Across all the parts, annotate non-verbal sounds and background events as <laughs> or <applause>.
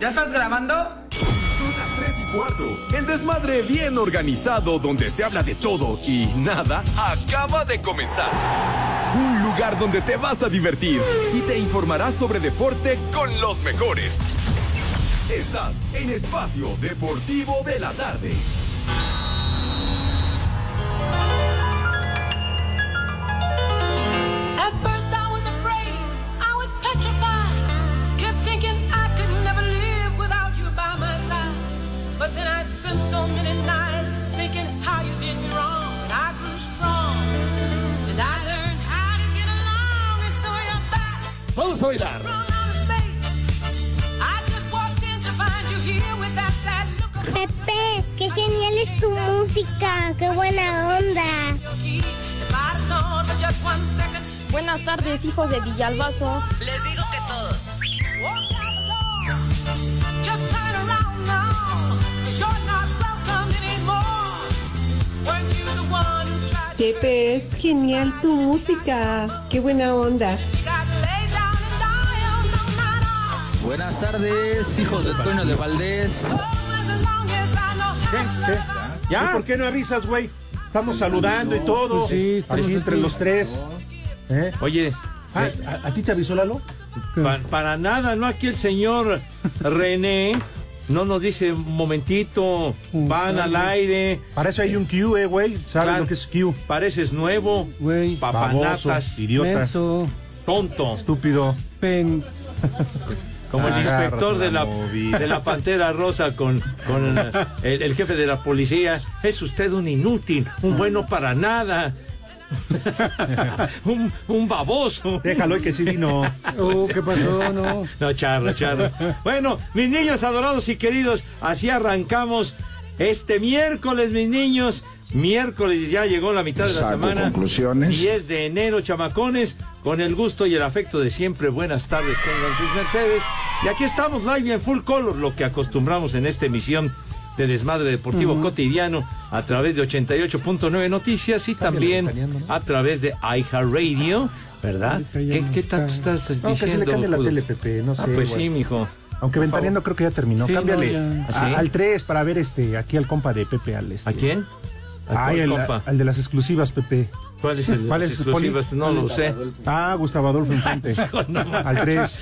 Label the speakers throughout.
Speaker 1: ¿Ya estás grabando?
Speaker 2: Tres y cuarto. El desmadre bien organizado donde se habla de todo y nada acaba de comenzar. Un lugar donde te vas a divertir y te informarás sobre deporte con los mejores. Estás en Espacio Deportivo de la Tarde.
Speaker 3: At first I was afraid, I was petrified. Kept thinking I could never live without you by my side. But then I spent so many nights thinking how you did me wrong. And I grew strong. And I learned how to get along. And so you're back
Speaker 4: Vamos a bailar.
Speaker 3: from outer space. I just walked in to find you here with that sad look on
Speaker 5: Pepe, qué genial es tu música, qué buena onda.
Speaker 3: your cheek. If I'd have known for just one second,
Speaker 6: Buenas tardes, hijos de Villalbazo.
Speaker 1: Les digo que todos.
Speaker 3: walk out the door. Just turn around now. 'cause You're not welcome anymore. Weren't you the one who tried to
Speaker 7: Pepe, es genial tu música. Qué buena onda.
Speaker 3: I'd lay down and die all night long?
Speaker 8: Buenas tardes, hijos de Toño de Valdés.
Speaker 3: Oh, as long as I know how to love.
Speaker 9: ¿Ya? ¿Por qué no avisas, güey? Estamos saludando y todo. Aquí entre los tres.
Speaker 4: ¿Eh?
Speaker 8: Oye,
Speaker 9: Ah, ¿a, a ti te avisó Lalo?
Speaker 8: pa- para nada, ¿no? Aquí el señor René no nos dice un momentito, van al aire,
Speaker 9: Para eso hay un Q, eh, güey. ¿Sabes
Speaker 8: Claro.
Speaker 9: lo que es Q?
Speaker 8: pareces nuevo,
Speaker 4: Güey,
Speaker 8: papanatas,
Speaker 9: Baboso, idiota,
Speaker 4: menso,
Speaker 8: tonto,
Speaker 9: estúpido.
Speaker 4: <laughs> pen.
Speaker 8: como el
Speaker 9: Agarras
Speaker 8: inspector de la,
Speaker 9: la movida.
Speaker 8: de la Pantera Rosa con, con eh, el, el jefe de la policía. Es usted un inútil, un bueno para nada. <laughs> un, un baboso.
Speaker 9: Déjalo, que sí vino.
Speaker 4: Oh, ¿qué pasó? No.
Speaker 8: No, charro, charro. Bueno, mis niños adorados y queridos, así arrancamos este miércoles, mis niños. Miércoles ya llegó la mitad de la
Speaker 10: Saco
Speaker 8: semana.
Speaker 10: conclusiones.
Speaker 8: 10 de enero, chamacones. Con el gusto y el afecto de siempre, buenas tardes tengan sus mercedes. Y aquí estamos live en full color, lo que acostumbramos en esta emisión de Desmadre Deportivo Cotidiano a través de 88.9 Noticias y también
Speaker 4: italiano, ¿no?
Speaker 8: a través de iHeartRadio, ¿verdad?
Speaker 4: Ay,
Speaker 8: ¿Qué, qué
Speaker 4: está-
Speaker 8: tanto estás
Speaker 9: No, que se le
Speaker 8: diciendo,
Speaker 9: cambie la
Speaker 8: Judas?
Speaker 9: tele, Pepe, no
Speaker 8: Ah,
Speaker 9: sé,
Speaker 8: pues
Speaker 9: güey.
Speaker 8: sí, mijo.
Speaker 9: Aunque Ventaneando creo que ya terminó.
Speaker 4: Sí, no,
Speaker 9: Cámbiale
Speaker 8: ya. ¿Ah,
Speaker 9: a-
Speaker 8: sí?
Speaker 9: al 3 para ver este aquí al compa de Pepe. Al, este-
Speaker 8: ¿A quién? ¿A cuál
Speaker 9: Ay, el,
Speaker 8: compa?
Speaker 9: al de las exclusivas, Pepe.
Speaker 8: ¿Cuál es el de
Speaker 9: ¿Cuál
Speaker 8: las
Speaker 9: es,
Speaker 8: exclusivas?
Speaker 9: Poli?
Speaker 8: No lo sé.
Speaker 9: Ah, Gustavo Adolfo
Speaker 8: <laughs>
Speaker 9: Infante. al 3.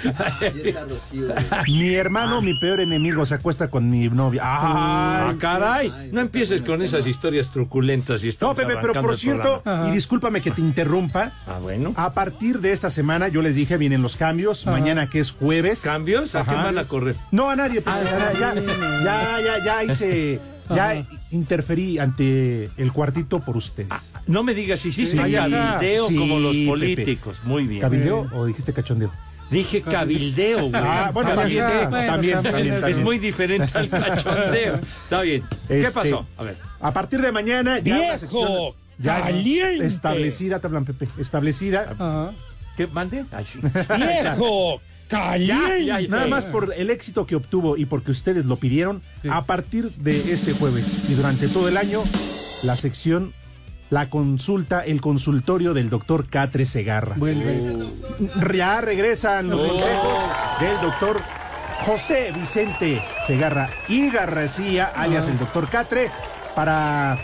Speaker 9: Mi hermano, mi peor enemigo, se acuesta con mi novia.
Speaker 8: Ah,
Speaker 9: Ah,
Speaker 8: caray. No empieces con esas historias truculentas y
Speaker 9: no,
Speaker 8: estamos
Speaker 9: Pepe, pero
Speaker 8: arrancando
Speaker 9: por
Speaker 8: el
Speaker 9: cierto,
Speaker 8: programa.
Speaker 9: y discúlpame que te interrumpa.
Speaker 8: Ah, bueno.
Speaker 9: A partir de esta semana, yo les dije, vienen los cambios. Mañana que es jueves.
Speaker 8: ¿Cambios? ¿A
Speaker 9: Ajá.
Speaker 8: qué van a correr?
Speaker 9: No, a nadie, pero
Speaker 8: Ah,
Speaker 9: ya, ya, ya,
Speaker 8: <laughs>
Speaker 9: ya hice, ya interferí ante el cuartito por ustedes.
Speaker 8: No me digas, hiciste
Speaker 9: Sí.
Speaker 8: cabildeo
Speaker 9: Sí,
Speaker 8: como los
Speaker 9: Pepe.
Speaker 8: políticos. Muy bien.
Speaker 9: ¿Cabildeo o dijiste cachondeo?
Speaker 8: Dije cabildeo, güey.
Speaker 9: Ah, bueno, también,
Speaker 8: Cabildeo.
Speaker 4: Bueno,
Speaker 9: también,
Speaker 4: también,
Speaker 9: también,
Speaker 8: Es
Speaker 9: también.
Speaker 8: muy diferente
Speaker 9: <laughs>
Speaker 8: al cachondeo. Está bien. ¿Qué
Speaker 9: Este,
Speaker 8: pasó? A ver.
Speaker 9: A partir de mañana ya una sección- ya es
Speaker 4: caliente.
Speaker 9: establecida, te hablan Pepe, establecida.
Speaker 4: Ajá.
Speaker 8: ¿Qué mande? Ay, sí.
Speaker 9: <laughs>
Speaker 4: Viejo,
Speaker 8: Ya, ya,
Speaker 9: Nada
Speaker 8: ya.
Speaker 9: más por el éxito que obtuvo y porque ustedes lo pidieron, a partir de este jueves y durante todo el año, la sección, la consulta, el consultorio del doctor Catre Segarra.
Speaker 4: Vuelve.
Speaker 8: Uh,
Speaker 9: Ya regresan los
Speaker 8: Oh.
Speaker 9: consejos del doctor José Vicente Segarra y García, alias el doctor Catre, para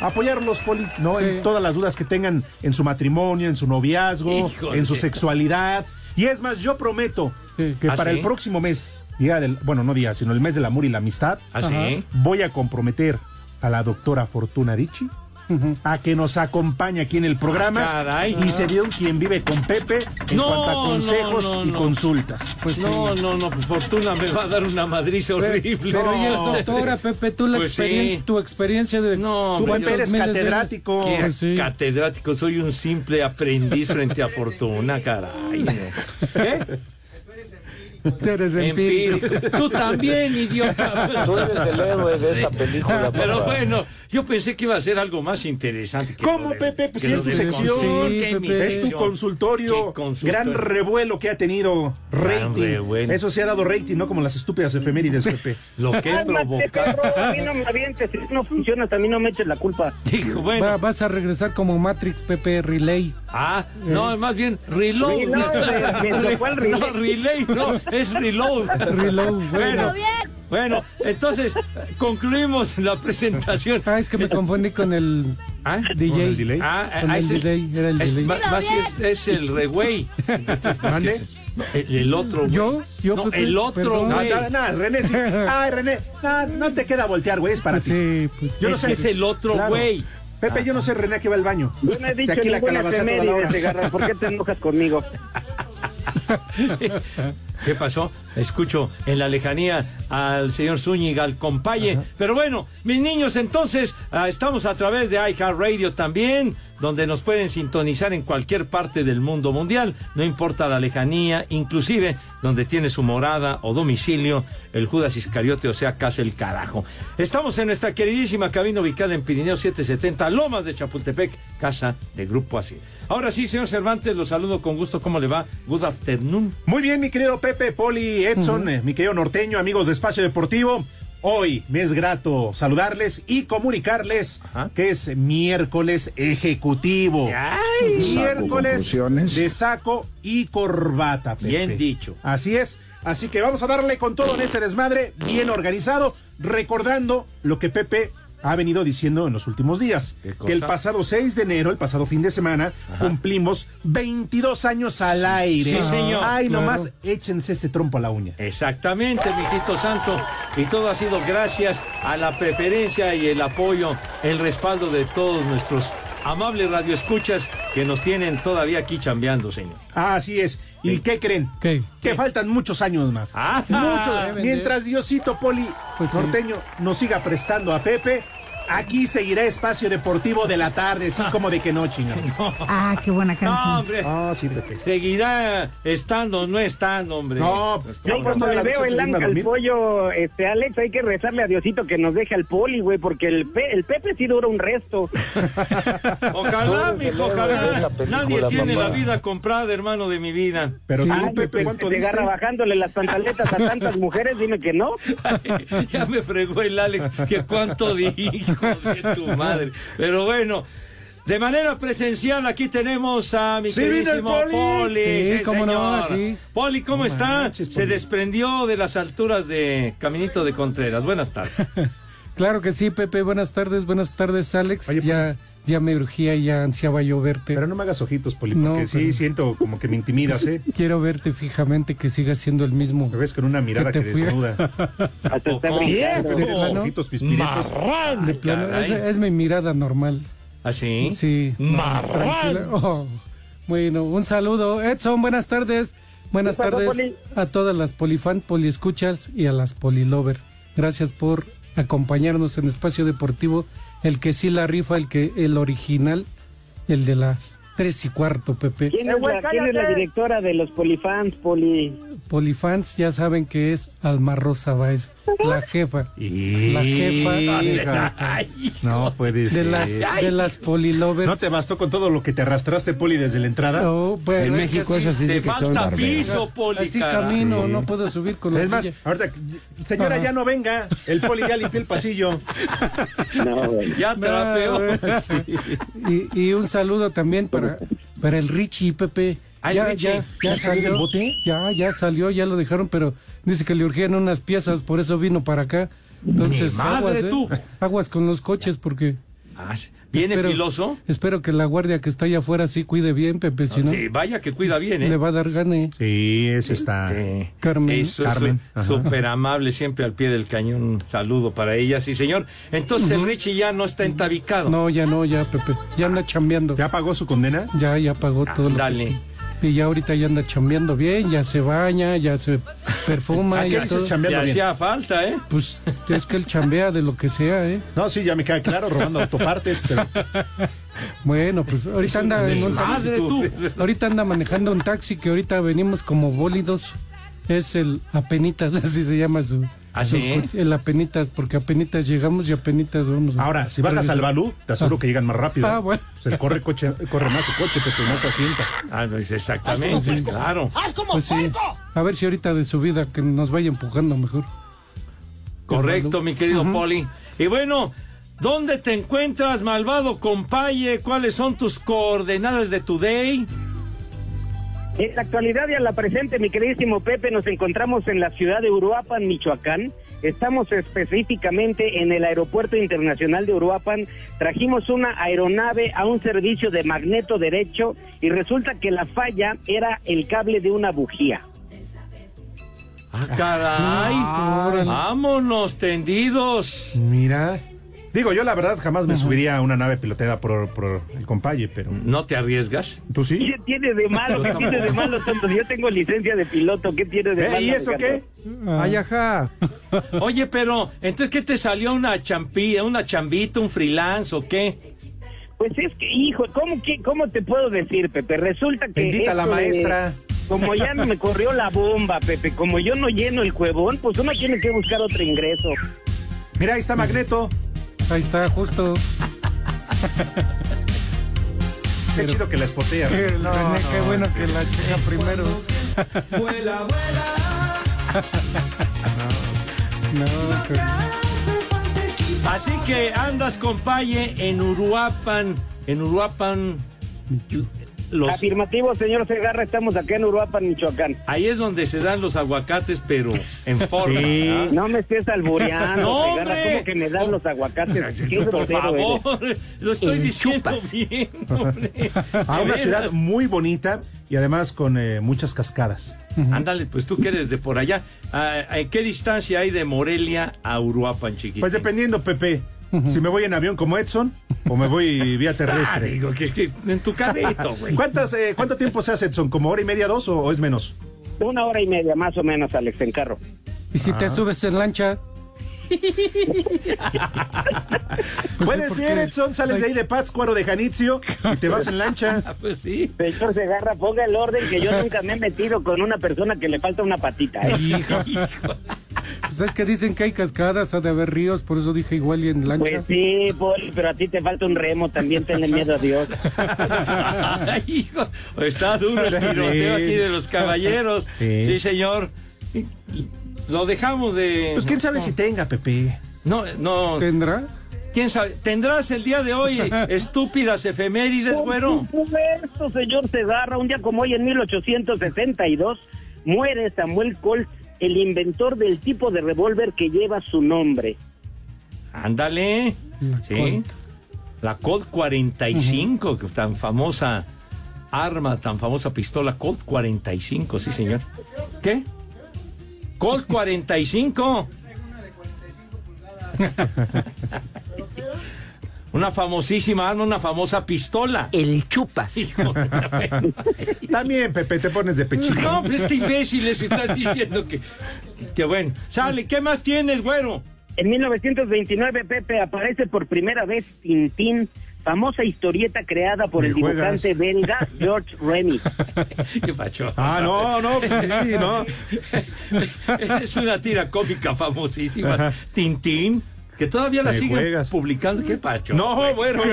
Speaker 9: apoyar los poli- ¿no?
Speaker 4: Sí.
Speaker 9: en todas las dudas que tengan en su matrimonio, en su noviazgo,
Speaker 8: Híjole.
Speaker 9: en su sexualidad. Y es más, yo prometo
Speaker 4: Sí.
Speaker 9: que
Speaker 8: ¿Ah,
Speaker 9: para
Speaker 8: sí?
Speaker 9: el próximo mes, día del, bueno, no día, sino el mes del amor y la amistad,
Speaker 8: ¿Ah, Así.
Speaker 9: voy a comprometer a la doctora Fortuna Ricci a que nos acompañe aquí en el programa
Speaker 8: Ah, caray.
Speaker 9: y se dio un quien vive con Pepe en
Speaker 8: No,
Speaker 9: cuanto a
Speaker 8: no,
Speaker 9: consejos
Speaker 8: no,
Speaker 9: y
Speaker 8: no.
Speaker 9: consultas.
Speaker 4: Pues
Speaker 8: no,
Speaker 4: sí.
Speaker 8: no, no, Fortuna me va a dar una madriz horrible.
Speaker 4: Pero ella es doctora, Pepe, tú la
Speaker 8: Pues sí.
Speaker 4: experiencia, tu experiencia de...
Speaker 8: No,
Speaker 9: Tú,
Speaker 8: hombre,
Speaker 9: Pepe,
Speaker 8: yo-
Speaker 9: eres
Speaker 4: miles de-
Speaker 9: catedrático.
Speaker 8: ¿Qué
Speaker 4: Pues sí.
Speaker 8: catedrático? Soy un simple aprendiz frente a Fortuna, caray. ¿no? ¿Eh?
Speaker 4: Tú eres empírico.
Speaker 8: <laughs> Tú también, idiota.
Speaker 11: Tú
Speaker 4: <laughs>
Speaker 11: eres el héroe de esta película.
Speaker 8: Pero
Speaker 11: papá.
Speaker 8: bueno, yo pensé que iba a ser algo más interesante. que lo
Speaker 9: ¿Cómo,
Speaker 8: del-
Speaker 9: Pepe? Pues
Speaker 8: que
Speaker 9: si
Speaker 8: lo
Speaker 9: es tu
Speaker 8: del
Speaker 9: sección,
Speaker 8: consultor.
Speaker 9: sí,
Speaker 8: ¿Qué mi
Speaker 9: Pepe. es tu
Speaker 8: sección?
Speaker 9: consultorio.
Speaker 8: ¿Qué consultorio?
Speaker 9: Gran revuelo que ha tenido
Speaker 8: Gran
Speaker 9: rating.
Speaker 8: revuelo.
Speaker 9: Eso sí ha dado rating, no como las estúpidas efemérides, Pepe.
Speaker 8: <laughs> Lo que
Speaker 12: Cálmate, perro, este a mí no me avientes, si no funciona, a mí no me eches la culpa.
Speaker 4: Va- vas a regresar como Matrix, Pepe Relay.
Speaker 8: Ah, no, más bien reload.
Speaker 4: Eh.
Speaker 8: <laughs>
Speaker 4: Reload, me- me tocó el relay.
Speaker 8: No, relay, no, es reload.
Speaker 4: Reload, bueno.
Speaker 8: bueno. Bueno, entonces concluimos la presentación.
Speaker 4: Ah, es que me confundí con el DJ.
Speaker 8: ¿Con el delay? Ah,
Speaker 4: Con
Speaker 8: ah,
Speaker 4: el
Speaker 8: ese es-
Speaker 4: delay, era el
Speaker 8: es-
Speaker 4: delay.
Speaker 8: ma- más es, es el regüey.
Speaker 9: ¿Mande?
Speaker 8: El, el otro. güey.
Speaker 9: ¿Yo?
Speaker 8: ¿Yo, No, Pepe? el otro, Perdón.
Speaker 9: No,
Speaker 8: güey.
Speaker 4: Ah,
Speaker 9: nada, nada, René, sí. Ay, René, nada, no te queda voltear, güey, es para ti.
Speaker 8: Es que es el otro,
Speaker 9: Claro.
Speaker 8: güey. Ah.
Speaker 9: Pepe, yo no sé, René, que va al baño.
Speaker 12: Yo no he dicho
Speaker 9: De aquí la
Speaker 12: ninguna
Speaker 9: calabaza toda la hora.
Speaker 12: efeméride, <laughs> Garra, ¿por qué te enojas conmigo?
Speaker 8: ¿Qué pasó? Escucho en la lejanía al señor Zúñiga, al compaye. Pero bueno, mis niños, entonces ah, estamos a través de iHeartRadio también, donde nos pueden sintonizar en cualquier parte del mundo mundial, no importa la lejanía, inclusive donde tiene su morada o domicilio el Judas Iscariote, o sea, casi el carajo. Estamos en nuestra queridísima cabina ubicada en Pirineo 770, Lomas de Chapultepec, casa de Grupo Así. Ahora sí, señor Cervantes, los saludo con gusto. ¿Cómo le va? Good afternoon.
Speaker 9: Muy bien, mi querido Pepe, Poli, Edson, eh, mi querido norteño, amigos de Espacio Deportivo. Hoy me es grato saludarles y comunicarles que es miércoles ejecutivo. miércoles de saco y corbata. Pepe.
Speaker 8: Bien dicho.
Speaker 9: Así es. Así que vamos a darle con todo en este desmadre, bien organizado, recordando lo que Pepe ha venido diciendo en los últimos días.
Speaker 8: cosa?
Speaker 9: Que el pasado 6 de enero, el pasado fin de semana, cumplimos 22 años al aire.
Speaker 8: sí, señor.
Speaker 9: Ay,
Speaker 8: Claro.
Speaker 9: nomás échense ese trompo a la uña.
Speaker 8: Exactamente, mijito santo. Y todo ha sido gracias a la preferencia y el apoyo, el respaldo de todos nuestros amables radioescuchas que nos tienen todavía aquí chambeando, señor. <laughs>
Speaker 9: Ah, Así es. ¿Y qué creen? Que faltan muchos años más.
Speaker 4: Ah,
Speaker 9: Muchos.
Speaker 8: Deben
Speaker 9: Mientras Diosito Poli
Speaker 8: Pues sí.
Speaker 9: Norteño nos siga prestando a Pepe, aquí seguirá Espacio Deportivo de la tarde, así como de que no, chingón.
Speaker 13: Ah, qué buena canción.
Speaker 8: No, hombre.
Speaker 9: Ah,
Speaker 8: Seguirá estando o no estando, hombre.
Speaker 9: No,
Speaker 12: Yo cuando le veo el anca al pollo, este, Alex, hay que rezarle a Diosito que nos deje al poli, güey, porque el, pe- el Pepe sí dura un resto.
Speaker 8: Ojalá, mijo, ojalá. Nadie tiene
Speaker 12: mamá.
Speaker 8: la vida comprada, hermano de mi vida.
Speaker 9: Pero
Speaker 12: Ay, Ah, Pepe, te agarra bajándole las pantaletas a tantas mujeres, dime que no.
Speaker 8: <laughs> ya me fregó el Alex, que cuánto <laughs> dijo de tu madre. Pero bueno, de manera presencial aquí tenemos a mi
Speaker 4: Sí, vino el
Speaker 8: queridísimo
Speaker 4: Poli.
Speaker 8: Poli.
Speaker 4: Sí, cómo no,
Speaker 8: señor.
Speaker 4: aquí.
Speaker 8: Poli, ¿cómo
Speaker 4: No
Speaker 8: está?
Speaker 4: manches,
Speaker 8: Se
Speaker 4: Poli.
Speaker 8: desprendió de las alturas de Caminito de Contreras. Buenas tardes.
Speaker 4: Claro que sí, Pepe. Buenas tardes, buenas tardes, Alex. ya, ya me urgía, ya ansiaba yo verte. Pero
Speaker 9: pues- no me hagas ojitos, Poli,
Speaker 4: porque
Speaker 9: sí siento como que me intimidas, ¿eh?
Speaker 4: Pues, Quiero verte fijamente, que sigas siendo el mismo. Me
Speaker 9: ves con una mirada
Speaker 4: <laughs>
Speaker 9: que desnuda.
Speaker 4: está
Speaker 9: brillando.
Speaker 4: ¿De
Speaker 9: Los
Speaker 4: plano?
Speaker 9: ojitos pispiritos.
Speaker 8: Marrán.
Speaker 4: De plano,
Speaker 8: Ay, caray.
Speaker 4: esa es mi mirada normal.
Speaker 8: ¿Ah, sí?
Speaker 4: Sí. Tranquila. Oh, Bueno, un saludo. Edson, buenas tardes. Buenas
Speaker 12: ¿Qué pasó,
Speaker 4: tardes
Speaker 12: Poli?
Speaker 4: a todas las polifan, poliescuchas y a las polilover. Gracias por acompañarnos en Espacio Deportivo. El que sí la rifa, el que el original, el de las tres y cuarto, Pepe.
Speaker 12: ¿Quién es, la, quién es la directora de los polifans, Poli?
Speaker 4: Polifans ya saben que es Alma Rosa Báez, la jefa. <laughs> La jefa de,
Speaker 9: No puede
Speaker 4: de
Speaker 9: ser.
Speaker 4: las, de las polilovers.
Speaker 9: ¿No te bastó con todo lo que te arrastraste, Poli, desde la entrada?
Speaker 4: No, Oh, bueno, En es que México así- eso sí te dice que son falta barberos. piso, Poli,
Speaker 9: Polica.
Speaker 4: Así caray. camino, no puedo subir con la
Speaker 9: Es más,
Speaker 4: silla.
Speaker 9: ahorita, señora,
Speaker 4: Ajá.
Speaker 9: ya no venga. El Poli ya limpió el pasillo.
Speaker 8: <laughs> Ya trapeó.
Speaker 4: Ah, y, y un saludo también para, para el Richie Pepe.
Speaker 8: Ay,
Speaker 4: ya,
Speaker 8: Richie,
Speaker 4: ya, ya
Speaker 8: ¿ya salió del bote?
Speaker 4: Ya, ya salió, ya lo dejaron, pero dice que le urgían unas piezas, por eso vino para acá. Entonces,
Speaker 8: ¡Mi madre,
Speaker 4: aguas, ¿eh?
Speaker 8: tú!
Speaker 4: aguas con los coches porque
Speaker 8: Ah, sí. ¿Viene
Speaker 4: Espero-
Speaker 8: filoso?
Speaker 4: espero que la guardia que está allá afuera sí cuide bien, Pepe, si no
Speaker 8: Sí, vaya que cuida bien, ¿eh?
Speaker 4: le va a dar gane.
Speaker 9: Sí, eso está.
Speaker 4: Carmen.
Speaker 8: Eso es
Speaker 4: Carmen,
Speaker 8: su-
Speaker 4: ajá.
Speaker 8: súper amable, siempre al pie del cañón. Un saludo para ella, sí, señor. Entonces, el Richie ya no está entabicado.
Speaker 4: No, ya no, ya Pepe, ya anda chambeando. ¿Ya
Speaker 9: pagó su condena?
Speaker 4: Ya, ya pagó todo. lo que-
Speaker 8: Dale.
Speaker 4: y ya ahorita ya anda chambeando bien, ya se baña, ya se perfuma.
Speaker 8: Ah,
Speaker 9: ¿A qué
Speaker 4: ya
Speaker 9: dices
Speaker 4: todo.
Speaker 9: chambeando
Speaker 8: Le hacía falta, ¿eh?
Speaker 4: Pues es que él chambea de lo que sea, ¿eh?
Speaker 9: No, sí, ya me queda claro, robando autopartes, pero...
Speaker 4: Bueno, pues
Speaker 9: Es
Speaker 4: ahorita
Speaker 9: un
Speaker 4: anda en un
Speaker 9: desmadre,
Speaker 4: taxi.
Speaker 9: tú.
Speaker 4: Ahorita anda manejando un taxi que ahorita venimos como bólidos es el Apenitas, <laughs> así se llama su.
Speaker 8: ¿Ah,
Speaker 4: su
Speaker 8: sí?
Speaker 4: coche, el Apenitas, porque Apenitas llegamos y Apenitas vamos.
Speaker 9: Ahora, si bajas al Balú, te aseguro que llegan más rápido.
Speaker 4: Ah, bueno.
Speaker 9: Se corre, coche, <laughs> corre más su coche, pero no se asienta.
Speaker 8: Ah, no, es exactamente, claro.
Speaker 4: Pues sí. A ver si ahorita de subida que nos vaya empujando mejor.
Speaker 8: Correcto, mi querido Poli. Y bueno, ¿dónde te encuentras, malvado compaye? ¿Cuáles son tus coordenadas de tu day?
Speaker 12: En la actualidad y a la presente, mi queridísimo Pepe, nos encontramos en la ciudad de Uruapan, Michoacán. Estamos específicamente en el Aeropuerto Internacional de Uruapan. Trajimos una aeronave a un servicio de magneto derecho y resulta que la falla era el cable de una bujía.
Speaker 8: Ah, caray. Vámonos, tendidos.
Speaker 9: Mira. Digo, yo la verdad jamás me subiría a una nave piloteada por, por el compalle, pero.
Speaker 8: ¿No te arriesgas?
Speaker 9: ¿Tú sí?
Speaker 12: ¿Qué tiene de malo? ¿Qué tiene de malo, tonto? Yo tengo licencia de piloto. ¿Qué tiene de
Speaker 9: Eh,
Speaker 12: malo?
Speaker 9: ¿y eso
Speaker 12: Ricardo?
Speaker 9: qué?
Speaker 14: Ah.
Speaker 4: Ay, ajá.
Speaker 8: Oye, pero, ¿entonces qué te salió una champilla, una chambita, un freelance o qué?
Speaker 12: Pues es que, hijo, ¿cómo, que, cómo te puedo decir, Pepe? Resulta que...
Speaker 9: Bendita la
Speaker 12: eso de-
Speaker 9: maestra.
Speaker 12: como ya me corrió la bomba, Pepe, como yo no lleno el cuevón, pues uno tiene que buscar otro ingreso.
Speaker 9: Mira, ahí está Magneto.
Speaker 4: Ahí está, justo.
Speaker 9: Qué chido que la espotea.
Speaker 4: Qué,
Speaker 9: Eh, No,
Speaker 4: qué
Speaker 9: no,
Speaker 4: bueno
Speaker 9: sí.
Speaker 4: que la chica primero.
Speaker 9: <laughs>
Speaker 3: Vuela, vuela.
Speaker 4: No, que-
Speaker 8: Así que andas, compaye, en Uruapan, en Uruapan, los,
Speaker 12: Afirmativo, señor Segarra, estamos acá en Uruapan, Michoacán.
Speaker 8: ahí es donde se dan los aguacates, pero en forma.
Speaker 9: Sí.
Speaker 8: ¿ah?
Speaker 12: No me estés albureando,
Speaker 8: <laughs> No,
Speaker 12: Segarra,
Speaker 8: hombre.
Speaker 12: ¿cómo que me dan los aguacates? Qué
Speaker 8: Por
Speaker 12: grosero eres.
Speaker 8: favor, lo estoy diciendo bien, hombre.
Speaker 9: A
Speaker 8: De
Speaker 9: una
Speaker 8: veras.
Speaker 9: ciudad muy bonita y además con eh, muchas cascadas.
Speaker 8: Ándale, pues tú que eres de por allá. Ah, ¿En qué distancia hay de Morelia a Uruapan, chiquito?
Speaker 9: Pues dependiendo, Pepe, si me voy en avión como Edson o me
Speaker 8: <laughs>
Speaker 9: voy vía
Speaker 8: Ah,
Speaker 9: terrestre.
Speaker 8: digo, que, que en tu carrito, güey.
Speaker 9: ¿Cuántas, eh, ¿Cuánto tiempo se hace, Edson? ¿Como hora y media, dos o, o es menos?
Speaker 12: Una hora y media, más o menos, Alex, en carro.
Speaker 4: Y si
Speaker 9: Ah.
Speaker 4: te subes en lancha. Pues
Speaker 9: Puede
Speaker 4: sí,
Speaker 9: ser,
Speaker 4: porque-
Speaker 9: Edson, sales de ahí de Pátzcuaro de Janitzio y te vas
Speaker 8: <laughs>
Speaker 9: en lancha.
Speaker 8: Pues sí.
Speaker 12: Señor Segarra, ponga el orden
Speaker 8: <laughs>
Speaker 12: que yo nunca me he metido con una persona que le falta una patita. ¿eh?
Speaker 3: <laughs>
Speaker 4: Hija. Pues es que dicen que hay cascadas, ha de haber ríos, por eso dije igual y en lancha.
Speaker 12: Pues sí, Poli, pero a ti te falta un remo, también tenle miedo a
Speaker 8: <laughs>
Speaker 12: Dios.
Speaker 8: Ay, hijo, está duro el tiroteo
Speaker 9: <laughs> Sí.
Speaker 8: aquí de los caballeros.
Speaker 9: <laughs> Sí.
Speaker 8: Sí, señor. Lo dejamos de.
Speaker 9: Pues quién sabe si
Speaker 8: <laughs>
Speaker 9: tenga, Pepe.
Speaker 8: No, no.
Speaker 4: ¿Tendrá?
Speaker 8: ¿Quién sabe? ¿Tendrás el día de
Speaker 9: <laughs>
Speaker 8: hoy estúpidas efemérides, güero?
Speaker 12: Por supuesto, señor Segarra, un día como hoy en 1862 muere Samuel Colt, el inventor del tipo de revólver que lleva su nombre.
Speaker 8: Ándale. Sí.
Speaker 4: Colt.
Speaker 8: La Colt 45, que tan famosa arma, tan famosa pistola. Colt 45, sí, señor. ¿Qué? Colt <laughs> 45. Una famosísima arma, una famosa pistola.
Speaker 1: El chupas.
Speaker 8: Hijo de-
Speaker 9: También, Pepe, te pones de pechito.
Speaker 8: No, pero este imbécil les
Speaker 9: <laughs>
Speaker 8: está diciendo que. Que bueno. Sale, ¿qué más tienes, güero?
Speaker 12: En 1929, Pepe aparece por primera vez Tintín, famosa historieta creada por
Speaker 9: Me
Speaker 12: el
Speaker 8: <laughs>
Speaker 9: juegas.
Speaker 12: dibujante belga George Remy.
Speaker 8: Qué <laughs> pacho.
Speaker 9: Ah, no, no, pues sí, no.
Speaker 8: es una tira cómica famosísima. Tintín, que todavía la
Speaker 9: Me
Speaker 8: siguen
Speaker 9: juegas.
Speaker 8: publicando. ¿Qué pacho?
Speaker 9: No, bueno.
Speaker 8: <laughs>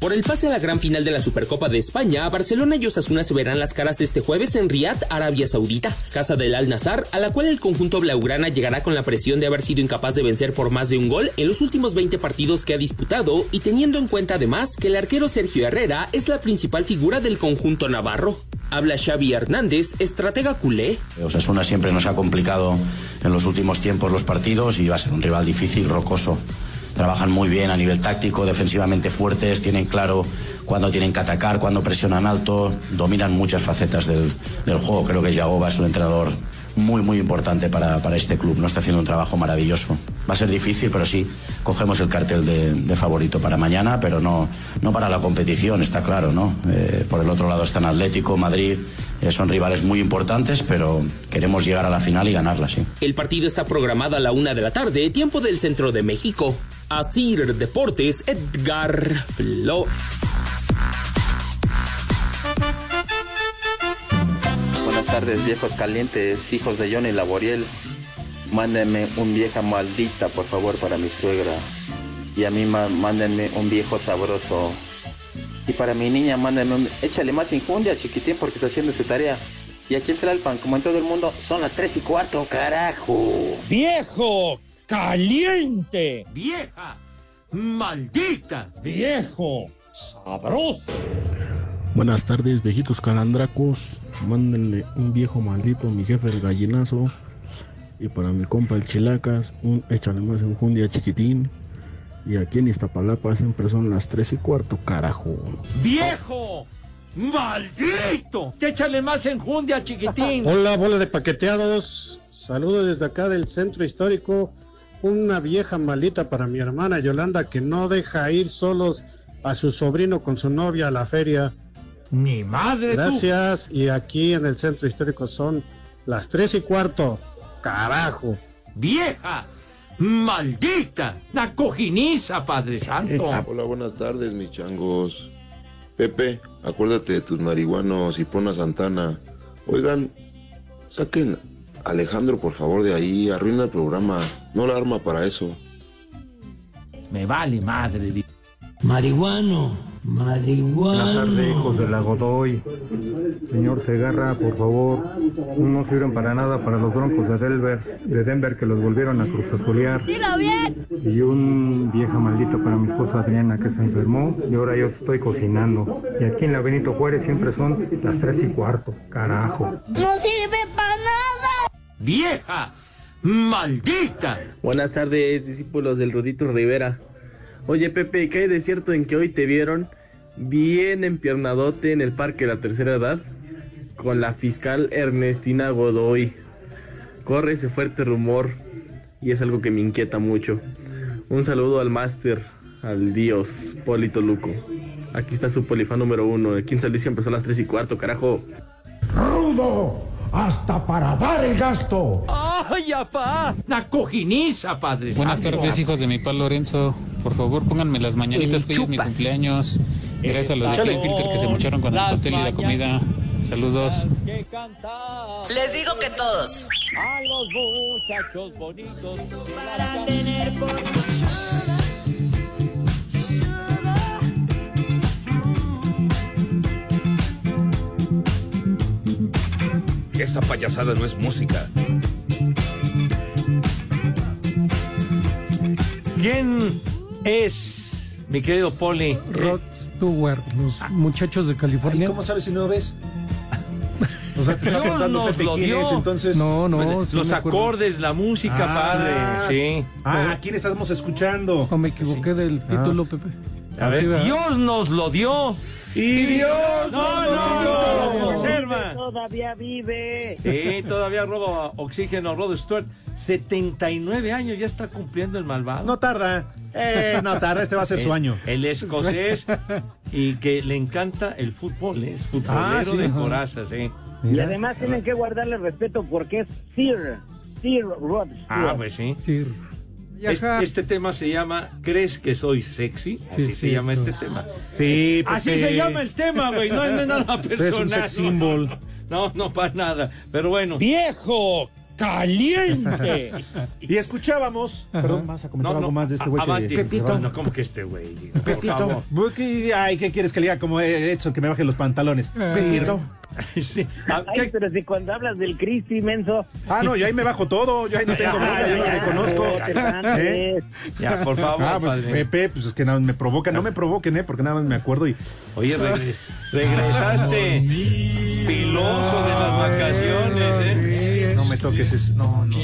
Speaker 15: Por el pase a la gran final de la Supercopa de España, Barcelona y Osasuna se verán las caras este jueves en Riyadh, Arabia Saudita, casa del Al Nazar, a la cual el conjunto blaugrana llegará con la presión de haber sido incapaz de vencer por más de un gol en los últimos 20 partidos que ha disputado y teniendo en cuenta además que el arquero Sergio Herrera es la principal figura del conjunto navarro. Habla Xavi Hernández, estratega culé.
Speaker 16: Eh, Osasuna siempre nos ha complicado en los últimos tiempos los partidos y va a ser un rival difícil, rocoso. Trabajan muy bien a nivel táctico, defensivamente fuertes, tienen claro cuándo tienen que atacar, cuándo presionan alto, dominan muchas facetas del, del juego. Creo que Yagoba es un entrenador muy, muy importante para, para este club. No está haciendo un trabajo maravilloso. Va a ser difícil, pero sí, cogemos el cartel de, de favorito para mañana, pero no, no para la competición, está claro, ¿no? Eh, por el otro lado están Atlético, Madrid. eh, son rivales muy importantes, pero queremos llegar a la final y ganarla, sí.
Speaker 15: El partido está programado a la una de la tarde, tiempo del centro de México. Asir Deportes, Edgar Flores.
Speaker 17: Buenas tardes, viejos calientes, hijos de Johnny Laboriel. Mándenme un vieja maldita, por favor, para mi suegra. Y a mí ma- mándenme un viejo sabroso. Y para mi niña, mándenme un... Échale más injundia, chiquitín, porque está haciendo su tarea. Y aquí en Tlalpan, como en todo el mundo, son las tres y cuarto, carajo.
Speaker 18: ¡Viejo! ¡Caliente! ¡Vieja! ¡Maldita! ¡Viejo! ¡Sabroso!
Speaker 19: Buenas tardes, viejitos calandracos. Mándenle un viejo maldito a mi jefe el gallinazo. Y para mi compa el Chilacas, un échale más enjundia chiquitín. Y aquí en Iztapalapa siempre son las 3 y cuarto, carajo.
Speaker 3: ¡Viejo! ¡Maldito!
Speaker 8: Échale más enjundia, chiquitín.
Speaker 4: <laughs>
Speaker 20: Hola, bola de paqueteados. Saludo desde acá del centro histórico. Una vieja malita para mi hermana Yolanda que no deja ir solos a su sobrino con su novia a la feria.
Speaker 3: Mi madre, tú.
Speaker 20: Gracias. Y aquí en el centro histórico son las tres y cuarto. Carajo.
Speaker 8: ¡Vieja! ¡Maldita! ¡La cojiniza, Padre Santo!
Speaker 21: Hola, buenas tardes, mis changos. Pepe, acuérdate de tus marihuanos y pon a Santana. Oigan, saquen a Alejandro, por favor, de ahí. Arruina el programa. No la arma para eso.
Speaker 8: Me vale madre. di-
Speaker 22: Marihuano, marihuano.
Speaker 23: Buenas tardes, hijos de la Godoy. Señor Segarra, por favor, no sirven para nada para los broncos de Denver, de Denver que los volvieron a cruzazulear.
Speaker 3: ¡Dilo bien!
Speaker 23: Y un vieja maldita para mi esposa Adriana que se enfermó y ahora yo estoy cocinando. Y aquí en la Benito Juárez siempre son las tres y cuarto, carajo.
Speaker 5: No sirve para nada.
Speaker 21: ¡Vieja! ¡Maldita!
Speaker 24: Buenas tardes, discípulos del Rudito Rivera. Oye, Pepe, ¿qué hay de cierto en que hoy te vieron bien empiernadote en el parque de la tercera edad con la fiscal Ernestina Godoy? Corre ese fuerte rumor y es algo que me inquieta mucho. Un saludo al máster, al dios, Polito Luco. Aquí está su polifán número uno. Aquí en San Luis siempre son las tres y cuarto, carajo.
Speaker 3: ¡Rudo! ¡Hasta para dar el gasto!
Speaker 8: ¡Ay, apá! ¡La cojiniza, Padre
Speaker 25: Buenas
Speaker 8: Santo!
Speaker 25: tardes, hijos de mi pa Lorenzo. Por favor, pónganme las mañanitas
Speaker 8: El
Speaker 25: que hoy es mi
Speaker 8: chupas.
Speaker 25: cumpleaños. Gracias a los de
Speaker 8: Échale.
Speaker 25: Clean Filter que se mocharon con el
Speaker 1: Las
Speaker 25: pastel y la comida. Saludos.
Speaker 1: Les digo que todos. A los muchachos bonitos. Para tener
Speaker 26: Esa payasada no es música.
Speaker 8: ¿Quién es, mi querido Poli?
Speaker 4: Rod Stewart, los muchachos de California.
Speaker 9: ¿Cómo sabes si no ves?
Speaker 8: <laughs>
Speaker 9: O sea, te está
Speaker 8: Dios
Speaker 9: contando
Speaker 8: nos
Speaker 9: Pepe
Speaker 8: lo
Speaker 9: quién
Speaker 8: dio.
Speaker 9: es, entonces.
Speaker 4: No, no,
Speaker 8: Pues,
Speaker 4: sí
Speaker 8: los
Speaker 4: me acuerdo.
Speaker 8: acordes, la música,
Speaker 9: Ah.
Speaker 8: padre. Sí.
Speaker 9: Ah, ¿a quién estamos escuchando? Ah.
Speaker 4: O me equivoqué del título, Pepe.
Speaker 8: A ver,
Speaker 4: Así, ¿verdad?
Speaker 8: Dios nos lo dio. Y
Speaker 3: Dios
Speaker 8: no,
Speaker 3: nos
Speaker 8: no,
Speaker 3: lo
Speaker 8: no,
Speaker 3: dio.
Speaker 8: lo conserva.
Speaker 1: Todavía vive.
Speaker 8: Sí, todavía roba oxígeno Rod Stewart. 79 años ya está cumpliendo el malvado.
Speaker 9: No tarda. Eh, no tarda, este va a ser su
Speaker 8: El-
Speaker 9: año.
Speaker 8: El
Speaker 9: <laughs>
Speaker 8: escocés y que le encanta el fútbol, es futbolero
Speaker 9: Ah, sí,
Speaker 8: de
Speaker 9: ajá.
Speaker 8: corazas, sí.
Speaker 12: Y además tienen que guardarle respeto porque es Sir, Sir Rod Stewart.
Speaker 8: Ah, pues sí. Es- este tema se llama ¿Crees que soy sexy? Así se
Speaker 9: sí,
Speaker 8: llama
Speaker 9: tú.
Speaker 8: este tema.
Speaker 9: Sí,
Speaker 8: Así
Speaker 9: Pepe.
Speaker 8: se llama el tema, güey. No es nada
Speaker 9: Eres
Speaker 8: personal.
Speaker 9: un sex symbol.
Speaker 8: No, no, para nada. Pero bueno. ¡Viejo!
Speaker 18: caliente.
Speaker 9: Y escuchábamos. Perdón, vas a comentar
Speaker 8: No, no,
Speaker 9: algo más de este
Speaker 8: a-
Speaker 9: güey. que-
Speaker 8: Avanti.
Speaker 9: Pepito.
Speaker 8: No, como que este güey.
Speaker 9: Pepito. Buki, Ay, ¿qué quieres que le diga como eh, Edson que me baje los pantalones?
Speaker 8: Eh. Pepito.
Speaker 9: Sí.
Speaker 12: Ay, pero si cuando hablas del Cristi, inmenso.
Speaker 9: Ah, no, yo
Speaker 12: <laughs>
Speaker 9: ahí me bajo todo, yo ahí no tengo bronca, yo no me conozco. ¿Eh?
Speaker 8: Ya, por favor,
Speaker 9: Ah, pues,
Speaker 8: padre.
Speaker 9: Pepe, pues es que nada más me provoca, no me provoquen, ¿eh? Porque nada más me acuerdo y.
Speaker 8: Oye, regre-
Speaker 9: Ah,
Speaker 8: regresaste piloso de las vacaciones, ¿eh?
Speaker 9: No me toques eso. No, no.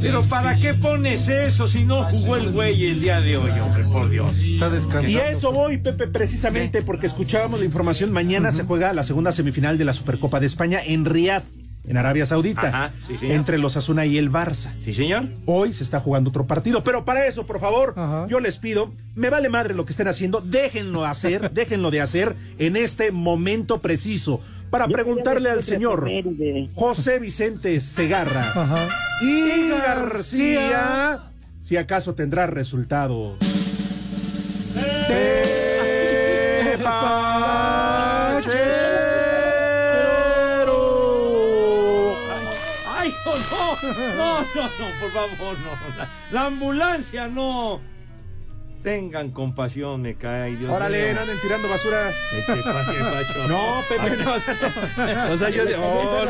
Speaker 8: Pero ¿para qué pones eso si no jugó el güey el día de hoy, hombre? Por Dios.
Speaker 4: Está
Speaker 9: Y a eso voy, Pepe, precisamente porque escuchábamos la información. Mañana se juega la segunda semifinal de la Supercopa de España en Riyadh, en Arabia Saudita,
Speaker 8: Ajá, sí, señor.
Speaker 9: entre los Asuna y el Barça.
Speaker 8: Sí, señor.
Speaker 9: Hoy se está jugando otro partido, pero para eso, por favor, yo les pido, me vale madre lo que estén haciendo,
Speaker 8: <laughs>
Speaker 9: déjenlo hacer, déjenlo de hacer en este momento preciso para preguntarle al señor José Vicente Segarra y García si acaso tendrá resultado.
Speaker 8: ¡Ay, no, no! No, no, no, por favor, no. La, la ambulancia, no. Tengan compasión, me cae. Dios
Speaker 9: Órale,
Speaker 8: mío.
Speaker 9: no anden tirando basura.
Speaker 8: Este, pa- qué pacho.
Speaker 9: No, <laughs> Pepe, no.
Speaker 8: O sea, yo de- oh,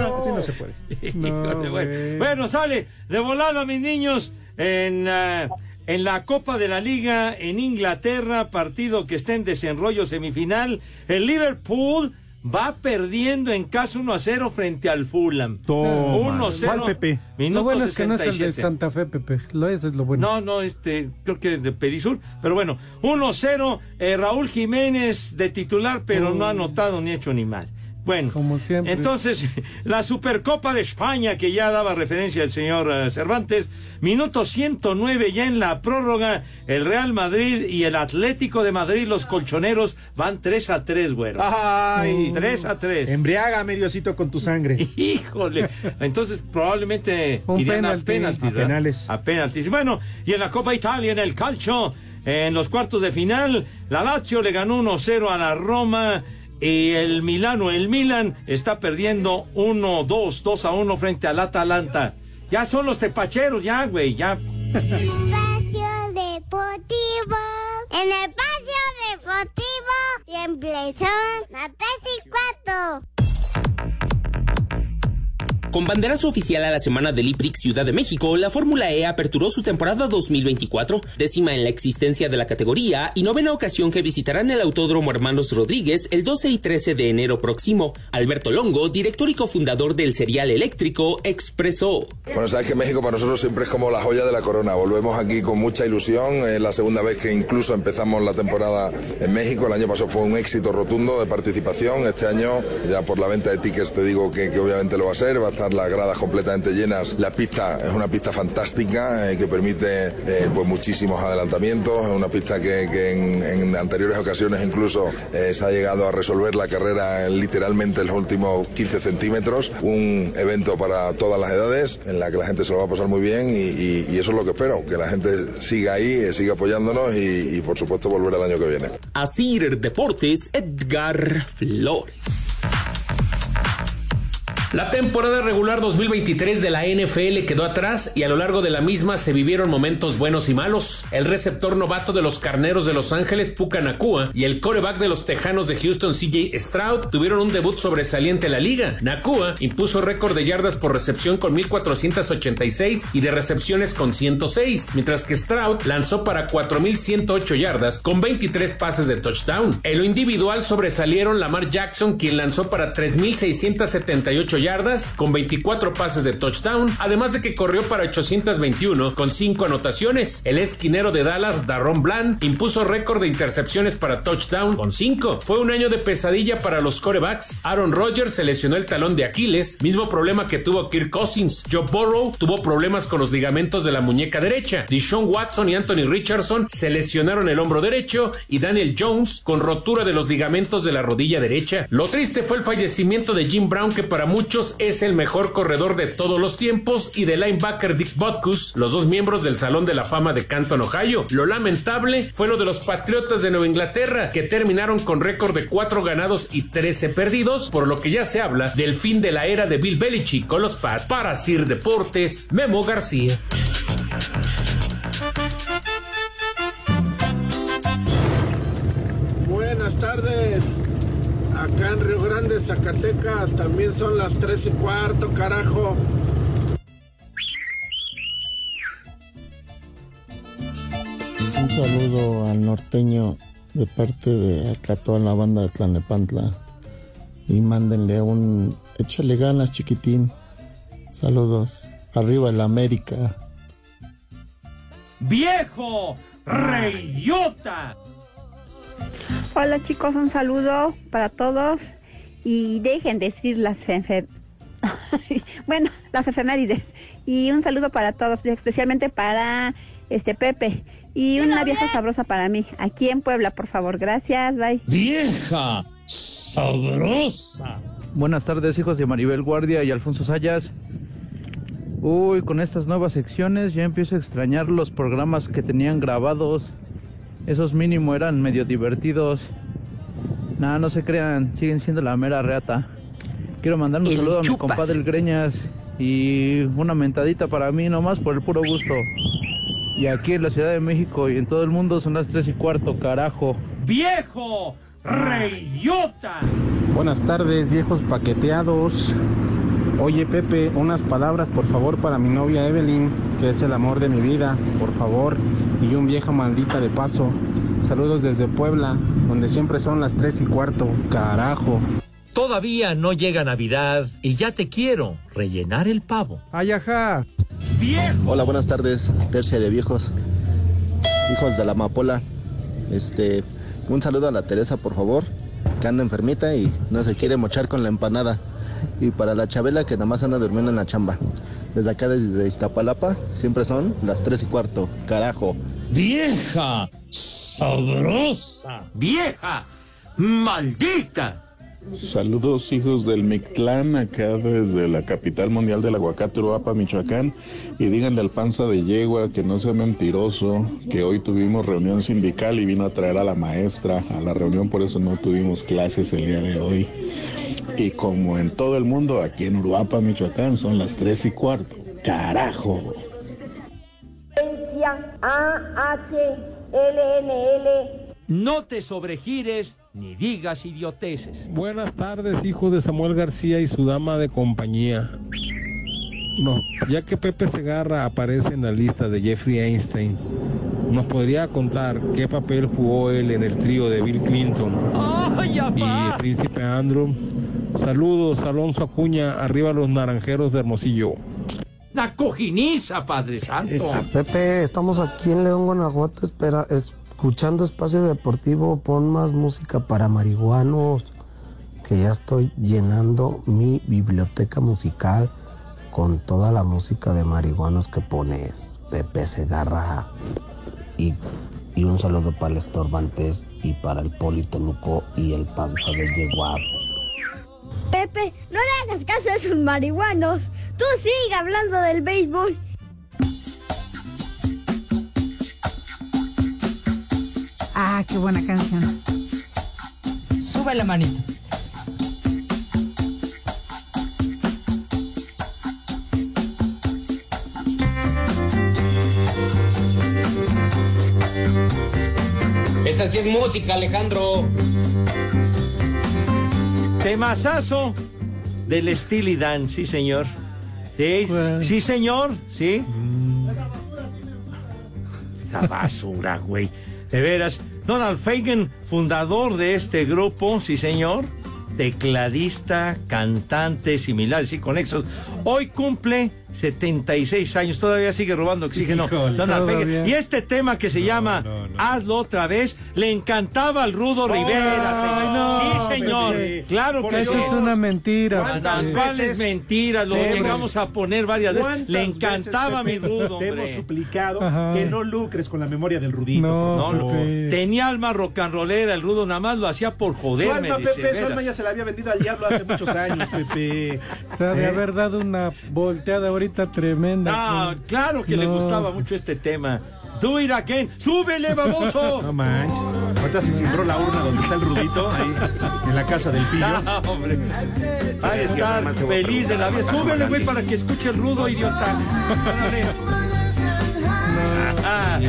Speaker 8: no.
Speaker 9: Así no se puede. <laughs>
Speaker 8: Híjole, bueno. Bueno, sale de volada, mis niños, en, ah, en la Copa de la Liga en Inglaterra, partido que está en desenrollo semifinal. El Liverpool va perdiendo en casa 1 a 0 frente al Fulham. 1 a 0.
Speaker 4: ¿Cuál, Pepe?
Speaker 8: Minuto
Speaker 4: Lo bueno es que no es el de
Speaker 8: 67.
Speaker 4: Santa Fe, Pepe. Lo es, es lo bueno.
Speaker 8: No, no, este, creo que de Perisur, pero bueno, 1-0, eh, Raúl Jiménez de titular, pero no ha anotado ni hecho ni mal. Bueno, entonces, <laughs> la Supercopa de España, que ya daba referencia el señor eh, Cervantes, minuto 109 ya en la prórroga, el Real Madrid y el Atlético de Madrid, los colchoneros, van 3 a 3, güero.
Speaker 9: Ay.
Speaker 8: 3 a 3.
Speaker 9: Embriágame, Diosito, con
Speaker 8: <laughs>
Speaker 9: tu sangre.
Speaker 8: Híjole. Entonces probablemente
Speaker 9: Un
Speaker 8: irían a
Speaker 9: penalti,
Speaker 8: penaltis.
Speaker 9: a
Speaker 8: ¿verdad?
Speaker 9: penales.
Speaker 8: A penaltis. Bueno, y en la Copa Italia, en el calcio, en los cuartos de final, la Lazio le ganó 1-0 a la Roma. Y el Milano, el Milan, está perdiendo 1-2, 2-1 frente al Atalanta. Ya son los tepacheros, ya, güey, ya.
Speaker 5: Espacio Deportivo. En el Espacio Deportivo siempre son las 3 y 4.
Speaker 15: Con banderazo oficial a la semana del IPRIC Ciudad de México, la Fórmula E aperturó su temporada 2024, décima en la existencia de la categoría y novena ocasión que visitarán el Autódromo Hermanos Rodríguez el 12 y 13 de enero próximo. Alberto Longo, director y cofundador del serial eléctrico, expresó.
Speaker 14: Bueno, sabes que México para nosotros siempre es como la joya de la corona. Volvemos aquí con mucha ilusión. Es la segunda vez que incluso empezamos la temporada en México. El año pasado fue un éxito rotundo de participación. Este año, ya por la venta de tickets, te digo que, que obviamente lo va a ser. Va a estar las gradas completamente llenas. La pista es una pista fantástica eh, que permite eh, pues muchísimos adelantamientos. Es una pista que, que en, en anteriores ocasiones incluso eh, se ha llegado a resolver la carrera en literalmente en los últimos 15 centímetros. Un evento para todas las edades en la que la gente se lo va a pasar muy bien y, y- y eso es lo que espero, que la gente siga ahí, eh, siga apoyándonos y, y por supuesto volver el año que viene.
Speaker 15: Asir Deportes, Edgar Flores.
Speaker 10: La temporada regular 2023 de la NFL quedó atrás y a lo largo de la misma se vivieron momentos buenos y malos. El receptor novato de los Carneros de Los Ángeles, Puka Nakua, y el coreback de los Tejanos de Houston, CJ Stroud, tuvieron un debut sobresaliente en la liga. Nakua impuso récord de yardas por recepción con 1.486 y de recepciones con 106, mientras que Stroud lanzó para 4.108 yardas con 23 pases de touchdown. En lo individual sobresalieron Lamar Jackson, quien lanzó para 3.678 yardas con 24 pases de touchdown, además de que corrió para 821 con 5 anotaciones. El esquinero de Dallas, Darron Bland, impuso récord de intercepciones para touchdown con 5. Fue un año de pesadilla para los corebacks. Aaron Rodgers se lesionó el talón de Aquiles, mismo problema que tuvo Kirk Cousins. Joe Burrow tuvo problemas con los ligamentos de la muñeca derecha. Deshaun Watson y Anthony Richardson se lesionaron el hombro derecho y Daniel Jones con rotura de los ligamentos de la rodilla derecha. Lo triste fue el fallecimiento de Jim Brown que para muchos muchos es el mejor corredor de todos los tiempos y de linebacker Dick Butkus, los dos miembros del Salón de la Fama de Canton, Ohio. Lo lamentable fue lo de los Patriotas de Nueva Inglaterra, que terminaron con récord de 4 ganados y 13 perdidos, por lo que ya se habla del fin de la era de Bill Belichick con los Pats. Para Sir Deportes, Memo García.
Speaker 14: Buenas tardes. pues, Acá en Río Grande, Zacatecas, también son las 3 y cuarto, carajo.
Speaker 27: Un saludo al norteño de parte de acá toda la banda de Tlanepantla. Y mándenle un. Échale ganas, chiquitín. Saludos. Arriba el América.
Speaker 8: ¡Viejo! ¡Reyota!
Speaker 2: Hola chicos, un saludo para todos y dejen de decir las efe- <laughs> bueno, las efemérides y un saludo para todos, especialmente para este Pepe y una vieja sabrosa para mí aquí en Puebla, por favor. Gracias, bye.
Speaker 18: Vieja, sabrosa. Buenas tardes, hijos de Maribel Guardia y Alfonso Sayas. Uy, con estas nuevas secciones ya empiezo a extrañar los programas que tenían grabados. Esos mínimo eran medio divertidos. Nada, no se crean, siguen siendo la mera reata. Quiero mandar un
Speaker 28: El
Speaker 18: saludo a mi
Speaker 28: chupas.
Speaker 18: compadre el Greñas y una mentadita para mí nomás por el puro gusto. Y aquí en la Ciudad de México y en todo el mundo son las tres y cuarto, carajo.
Speaker 8: ¡Viejo! ¡Reyota!
Speaker 4: Buenas tardes, viejos paqueteados. Oye, Pepe, unas palabras, por favor, para mi novia Evelyn, que es el amor de mi vida, por favor, y un vieja maldita de paso. Saludos desde Puebla, donde siempre son las tres y cuarto, carajo.
Speaker 11: Todavía no llega Navidad y ya te quiero rellenar el pavo. Ay, ajá. Hola, buenas tardes, tercia de viejos, hijos de la amapola. Este, un saludo a la Teresa, por favor, que anda enfermita y no se quiere mochar con la empanada. Y para la Chabela, que nada más anda durmiendo en la chamba. Desde acá, desde Iztapalapa, siempre son las tres y cuarto, carajo.
Speaker 18: Vieja, sabrosa.
Speaker 8: ¡Vieja! ¡Maldita!
Speaker 13: Saludos hijos del Mictlán, acá desde la capital mundial del aguacate Uruapa, Michoacán, y díganle al panza de yegua que no sea mentiroso, que hoy tuvimos reunión sindical y vino a traer a la maestra a la reunión, por eso no tuvimos clases el día de hoy. Y como en todo el mundo, aquí en Uruapa, Michoacán, son las tres y cuarto. ¡Carajo!
Speaker 12: A H L N L
Speaker 8: No te sobregires ni digas idioteces.
Speaker 29: Buenas tardes, hijos de Samuel García y su dama de compañía. No, ya que Pepe Segarra aparece en la lista de Jeffrey Einstein, ¿nos podría contar qué papel jugó él en el trío de Bill Clinton y el príncipe Andrew? Saludos, Alonso Acuña, arriba los naranjeros de Hermosillo.
Speaker 8: La cojiniza, Padre Santo.
Speaker 11: Pepe, estamos aquí en León, Guanajuato, espera, escuchando Espacio Deportivo. Pon más música para marihuanos, que ya estoy llenando mi biblioteca musical con toda la música de marihuanos que pones, Pepe Segarra. Y, y un saludo para el Estorbantes y para el Poli Toluco y el Panza de Yeguar.
Speaker 5: Pepe, no le hagas caso a esos marihuanos. Tú sigue hablando del béisbol.
Speaker 2: Ah, qué buena canción. Sube la manito.
Speaker 12: Esa sí es música, Alejandro.
Speaker 8: Temazazo del Steely Dan, sí, señor. Sí, sí, señor, sí. Esa basura, güey. De veras. Donald Fagan, fundador de este grupo, sí, señor. Tecladista, cantante, similares y conexos. Hoy cumple 76 años, todavía sigue robando oxígeno.
Speaker 9: Híjole,
Speaker 8: Donald Fagen.
Speaker 9: todavía.
Speaker 8: Y este tema que se llama Hazlo otra vez, le encantaba al Rudo Rivera, señor. sí, señor.
Speaker 4: Pepe.
Speaker 8: Claro que
Speaker 4: Esa
Speaker 8: sí.
Speaker 4: es una mentira.
Speaker 8: ¿Cuántas
Speaker 4: Pepe.
Speaker 8: veces mentiras lo
Speaker 4: Tenemos-
Speaker 8: llegamos a poner varias veces?
Speaker 9: ¿Cuántas
Speaker 8: Le encantaba mi
Speaker 9: veces, Pepe,
Speaker 8: Rudo,
Speaker 9: Te
Speaker 8: hombre.
Speaker 9: hemos suplicado
Speaker 8: Ajá.
Speaker 9: que no lucres con la memoria del Rudito.
Speaker 8: No,
Speaker 9: por favor.
Speaker 8: no. Tenía alma rock and rollera, el rudo nada más lo hacía por
Speaker 9: Su
Speaker 8: joderme,
Speaker 9: alma,
Speaker 8: dice,
Speaker 9: Pepe, su alma
Speaker 8: veras.
Speaker 9: ya se la había vendido al
Speaker 8: <laughs>
Speaker 9: diablo hace muchos años, Pepe.
Speaker 4: O sea, de
Speaker 9: ¿Eh?
Speaker 4: haber dado una volteada ahorita tremenda.
Speaker 8: Ah,
Speaker 4: Pepe.
Speaker 8: claro que le
Speaker 4: No.
Speaker 8: gustaba mucho este tema. Do it again, súbele, baboso.
Speaker 9: No manches. <laughs> Ahorita se cifró la urna donde está el Rudito, ahí, en la casa del
Speaker 8: <laughs>
Speaker 9: pillo.
Speaker 8: Ah, hombre. Va a estar feliz de la vida. Súbele, güey, para que escuche el rudo, idiota. Órale. <laughs> Ah,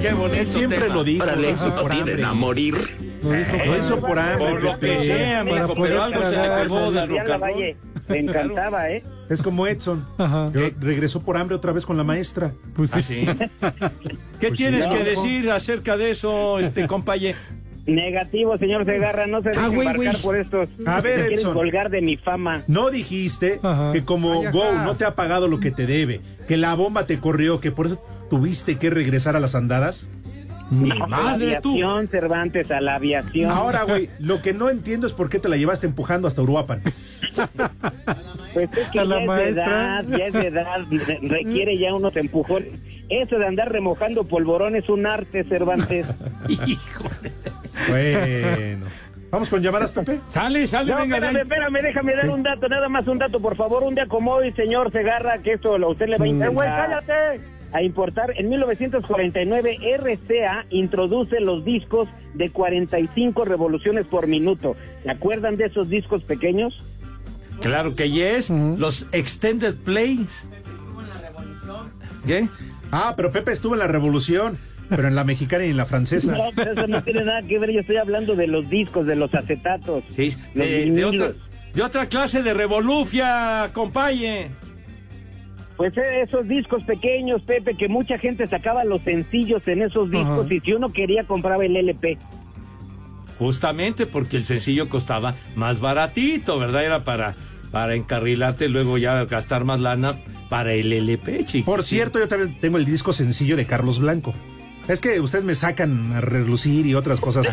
Speaker 8: qué bonito.
Speaker 9: Él siempre
Speaker 8: tema.
Speaker 9: lo dijo.
Speaker 8: Órale,
Speaker 9: lo hizo por hambre.
Speaker 8: morir.
Speaker 9: Lo hizo por hambre.
Speaker 8: Por lo que
Speaker 9: Pepe.
Speaker 8: sea, mijo, pero algo se le pegó del rock and roll.
Speaker 12: Me encantaba, ¿eh?
Speaker 9: Es como Edson, que regresó por hambre otra vez con la maestra. Ah,
Speaker 4: Pues
Speaker 8: sí. ¿Qué
Speaker 9: Pues sí,
Speaker 8: tienes
Speaker 9: no,
Speaker 8: que
Speaker 9: no.
Speaker 8: decir acerca de eso, este compañero?
Speaker 12: Negativo, señor Segarra, no se deje
Speaker 9: Ah, güey,
Speaker 12: embarcar
Speaker 9: güey.
Speaker 12: por estos.
Speaker 9: A ver,
Speaker 12: que se quieren
Speaker 9: Edson.
Speaker 12: colgar de mi fama.
Speaker 9: No dijiste que como
Speaker 12: Ay, ajá.
Speaker 9: Go no te ha pagado lo que te debe, que la bomba te corrió, que por eso tuviste que regresar a las andadas. Ni
Speaker 12: a la aviación, Cervantes, a la aviación.
Speaker 9: Ahora, güey, lo que no entiendo es por qué te la llevaste empujando hasta
Speaker 8: <laughs>
Speaker 9: Uruapan.
Speaker 12: Pues es que
Speaker 9: A la
Speaker 12: ya
Speaker 9: maestra.
Speaker 12: es de edad, ya es de edad, re- requiere ya unos empujones. Eso de andar remojando polvorón es un arte,
Speaker 9: <laughs>
Speaker 12: Cervantes.
Speaker 9: Bueno. Vamos con llamadas, Pepe.
Speaker 8: Sale, sale,
Speaker 12: No, espérame, espérame, déjame dar un dato, nada más un dato, por favor, un día como hoy, señor Segarra, que esto a usted le va a
Speaker 9: Mm.
Speaker 12: importar.
Speaker 9: Eh, güey,
Speaker 12: A importar, en 1949 RCA introduce los discos de 45 revoluciones por minuto. ¿Se acuerdan de esos discos pequeños?
Speaker 8: Claro que yes. Los extended plays. ¿Qué?
Speaker 9: Ah, pero Pepe estuvo en la revolución, pero en la mexicana y en la francesa.
Speaker 12: No, pero eso no tiene nada que ver, yo estoy hablando de los discos, de los acetatos.
Speaker 8: Sí,
Speaker 12: los
Speaker 8: de, de
Speaker 12: vinilos.
Speaker 8: otra, de otra clase de revolufia, compañe.
Speaker 12: Pues eh, esos discos pequeños, Pepe, que mucha gente sacaba los sencillos en esos discos y si uno quería compraba el LP.
Speaker 8: Justamente porque el sencillo costaba más baratito, ¿verdad? Era para, para encarrilarte, luego ya gastar más lana para el LP, chico.
Speaker 9: Por cierto, yo también tengo el disco sencillo de Carlos Blanco. Es que ustedes me sacan a relucir y otras
Speaker 12: <laughs>
Speaker 9: cosas,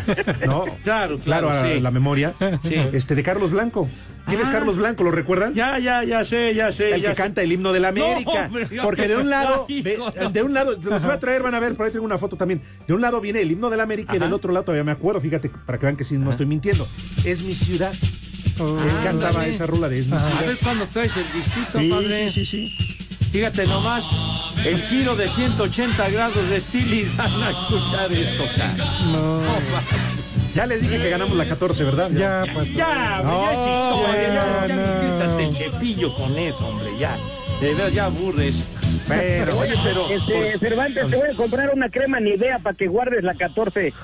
Speaker 9: ¿no?
Speaker 8: <laughs> Claro,
Speaker 9: Claro,
Speaker 8: claro,
Speaker 9: a
Speaker 8: sí.
Speaker 9: la memoria.
Speaker 8: Sí.
Speaker 9: Este, de Carlos Blanco. ¿Quién es
Speaker 8: Ah.
Speaker 9: Carlos Blanco? ¿Lo recuerdan?
Speaker 8: Ya, ya, ya sé, ya sé.
Speaker 9: El
Speaker 8: ya
Speaker 9: que
Speaker 8: sé.
Speaker 9: canta el himno de la América.
Speaker 8: No, hombre,
Speaker 9: porque de un lado,
Speaker 8: Ay,
Speaker 9: de,
Speaker 8: hijo.
Speaker 9: de un lado, los voy a traer, van a ver, por ahí tengo una foto también. De un lado viene el himno de la América y del otro lado todavía me acuerdo, fíjate, para que vean que sí, no estoy mintiendo. Es mi ciudad. me encantaba
Speaker 8: Oh, ándale.
Speaker 9: esa rula de Es mi ciudad.
Speaker 8: A ver cuándo traes el disquito,
Speaker 9: Sí,
Speaker 8: padre.
Speaker 9: sí,
Speaker 8: Fíjate nomás, el giro de 180 grados de estilo y van a escuchar esto, cara.
Speaker 9: Ya les dije que ganamos la 14, ¿verdad? Ya, pasó.
Speaker 8: Ya, pues. hombre, ya es historia, ya, ya nos tienes hasta el cepillo con eso, hombre, ya. De verdad, ya aburres.
Speaker 9: Pero, oye, pero-
Speaker 12: Este, Cervantes, te voy a comprar una crema Nivea para que guardes la 14.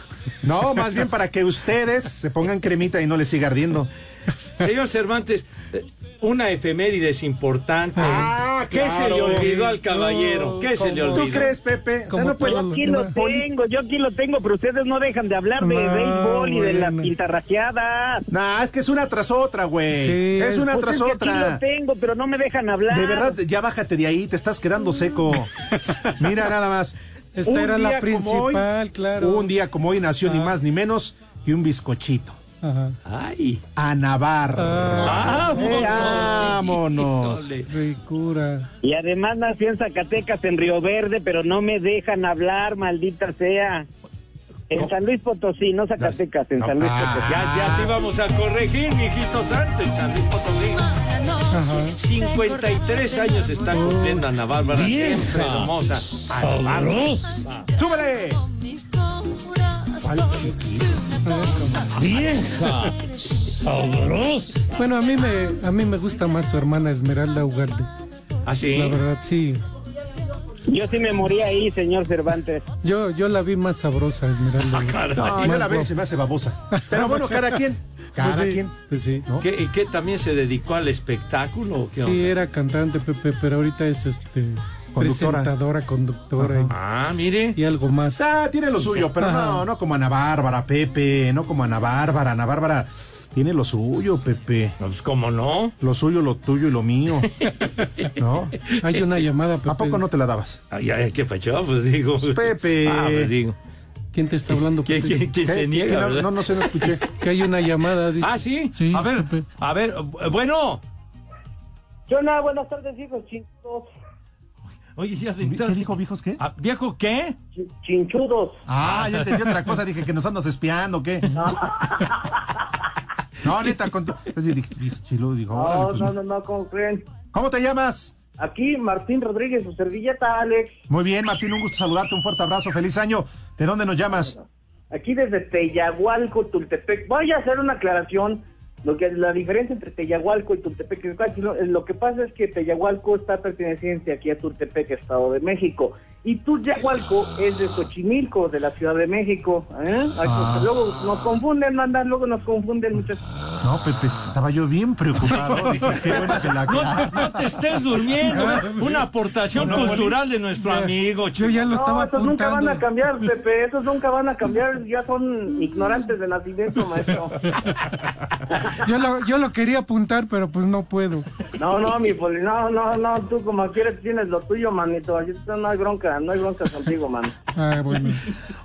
Speaker 9: No, más bien para que ustedes se pongan cremita y no les siga ardiendo.
Speaker 8: Señor Cervantes, eh, una efemérides importante.
Speaker 9: Ah,
Speaker 8: ¿Qué se le
Speaker 9: claro.
Speaker 8: olvidó al caballero? ¿Qué se le olvidó?
Speaker 9: ¿Tú crees, Pepe? O sea, no puedes-
Speaker 12: yo pues, aquí lo tengo, yo aquí lo tengo, pero ustedes no dejan de hablar de
Speaker 9: No,
Speaker 12: béisbol y de las
Speaker 9: bueno.
Speaker 12: pintarrajeadas.
Speaker 9: Nah, es que es una tras otra, güey.
Speaker 12: Sí.
Speaker 9: es una
Speaker 12: Pues
Speaker 9: tras
Speaker 12: es que aquí
Speaker 9: otra.
Speaker 12: lo tengo, pero no me dejan hablar.
Speaker 9: De verdad, ya bájate de ahí, te estás
Speaker 4: <laughs>
Speaker 9: quedando seco. Mira nada más.
Speaker 4: Esta era la
Speaker 9: día como hoy-
Speaker 4: principal, claro.
Speaker 9: Un día como hoy nació ni
Speaker 4: Ah.
Speaker 9: más ni menos y un bizcochito.
Speaker 4: Ajá.
Speaker 8: Ay.
Speaker 9: A Navarro.
Speaker 4: Ah.
Speaker 9: Eh, vámonos.
Speaker 4: Ricura.
Speaker 12: Y además nací en Zacatecas, en Río Verde, pero no me dejan hablar, maldita sea. En San Luis Potosí, no Zacatecas, en San Luis
Speaker 9: Ah.
Speaker 12: Potosí.
Speaker 8: Ah. Ya, ya te íbamos a corregir, mijito santo, en San Luis Potosí. 53 años está cumpliendo Ana Bárbara.
Speaker 3: Vieja,
Speaker 8: siempre hermosa. Ana Bárbara.
Speaker 9: Pues
Speaker 8: Pues
Speaker 3: sabrosa.
Speaker 9: ¡Súbele!
Speaker 3: ¡Vieja! ¡Sabrosa!
Speaker 4: Bueno, a mí me a mí me gusta más su hermana Esmeralda Ugalde.
Speaker 8: ¿Ah,
Speaker 4: La verdad, sí.
Speaker 12: Yo sí me morí ahí, señor Cervantes.
Speaker 4: Yo yo la vi más sabrosa
Speaker 8: Ah,
Speaker 4: Esmeralda. Ugalde.
Speaker 9: No, yo
Speaker 4: Más
Speaker 9: la veo y
Speaker 4: guapa.
Speaker 9: se me hace babosa. Pero bueno,
Speaker 4: <laughs>
Speaker 9: cada quien. Cada
Speaker 4: Pues sí,
Speaker 9: quien.
Speaker 4: Pues sí.
Speaker 8: ¿Qué, y qué también se dedicó al espectáculo? o qué
Speaker 4: Sí,
Speaker 8: onda?
Speaker 4: era cantante Pepe, pero ahorita es este
Speaker 8: Conductora.
Speaker 4: presentadora, conductora.
Speaker 8: Ah, mire.
Speaker 4: Y algo más.
Speaker 9: Ah, tiene lo suyo, pero
Speaker 4: Ajá.
Speaker 9: no, no como Ana Bárbara, Pepe, no como Ana Bárbara. Ana Bárbara Tiene lo suyo, Pepe.
Speaker 8: Pues, ¿cómo no?
Speaker 9: Lo suyo, lo tuyo y
Speaker 8: <laughs>
Speaker 9: lo mío. ¿No?
Speaker 4: Hay una llamada, Pepe.
Speaker 9: ¿A poco no te la dabas?
Speaker 8: Ay, ay, qué pacho, pues digo.
Speaker 9: Pepe.
Speaker 8: Ah, pues digo.
Speaker 4: ¿Quién te está hablando?
Speaker 8: ¿Quién-
Speaker 4: Pepe?
Speaker 8: quién- quién se
Speaker 4: ¿Qué?
Speaker 8: niega,
Speaker 4: ¿Qué? No,
Speaker 8: verdad?
Speaker 4: No, no sé, no escuché. <laughs> que hay una llamada. dice.
Speaker 8: Ah, sí. a ver, a ver, eh, bueno.
Speaker 6: Jonah, buenas tardes, hijos chinchudos.
Speaker 8: Oye, ya ¿Qué
Speaker 9: dijo viejos qué?
Speaker 8: ¿Viejo qué?
Speaker 6: Chinchudos.
Speaker 9: Ah, yo entendí otra cosa. Dije que nos andas espiando, ¿qué? No, neta, con tu- pues, yo dije, viejos chiludos, digo, órale,
Speaker 6: No,
Speaker 9: pues,
Speaker 6: Oh, no, no, no, ¿cómo creen?
Speaker 9: ¿Cómo te llamas?
Speaker 6: Aquí, Martín Rodríguez, su servilleta, Alex.
Speaker 9: Muy bien, Martín, un gusto saludarte, un fuerte abrazo, feliz año. ¿De dónde nos llamas?
Speaker 6: Aquí desde Teyahualco, Tultepec. Voy a hacer una aclaración. Lo que la diferencia entre Teyahualco y Tultepec, es casi lo- lo que pasa es que Teyahualco está perteneciente aquí a Tultepec, Estado de México, y Tultepec es de Xochimilco, de la Ciudad de México. ¿eh? Ay,
Speaker 9: Ah.
Speaker 6: Luego nos confunden, mandan, luego nos confunden muchas.
Speaker 9: No, Pepe, estaba yo
Speaker 8: <laughs>
Speaker 9: bien preocupado. Ah, Dije, qué bueno que la Ah,
Speaker 8: No, no te estés durmiendo.
Speaker 9: <laughs>
Speaker 8: Una aportación cultural de nuestro amigo. Yo
Speaker 4: ya
Speaker 6: no, esos nunca van a cambiar, Pepe, esos nunca van a cambiar, ya son ignorantes de nacimiento, maestro.
Speaker 4: Yo lo, yo lo quería apuntar, pero pues no puedo.
Speaker 6: No, no, mi poli, no, no, no, tú como quieres tienes lo tuyo, manito, aquí no hay bronca, no hay bronca contigo, man.
Speaker 4: pues,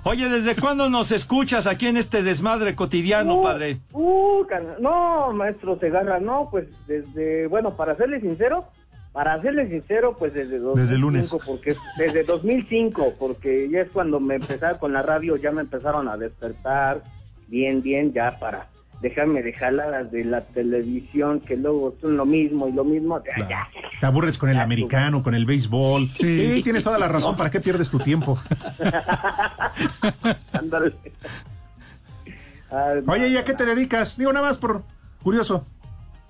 Speaker 8: Oye, ¿desde cuándo nos escuchas aquí en este desmadre cotidiano, padre?
Speaker 6: Uh, can- no, maestro Segarra, no, pues desde, bueno, para serle sincero, para serle sincero, pues desde 2005,
Speaker 9: Desde lunes.
Speaker 6: porque desde 2005, porque ya es cuando me empezaba con la radio, ya me empezaron a despertar bien, bien, ya para dejarme de jaladas de la televisión, que luego son lo mismo y lo mismo, ya, ya.
Speaker 9: Te aburres con el americano, con el béisbol. Sí. tienes toda la razón. ¿Para qué pierdes tu tiempo?
Speaker 6: Ándale.
Speaker 9: Oye, ¿y a qué te dedicas? Digo nada más por curioso.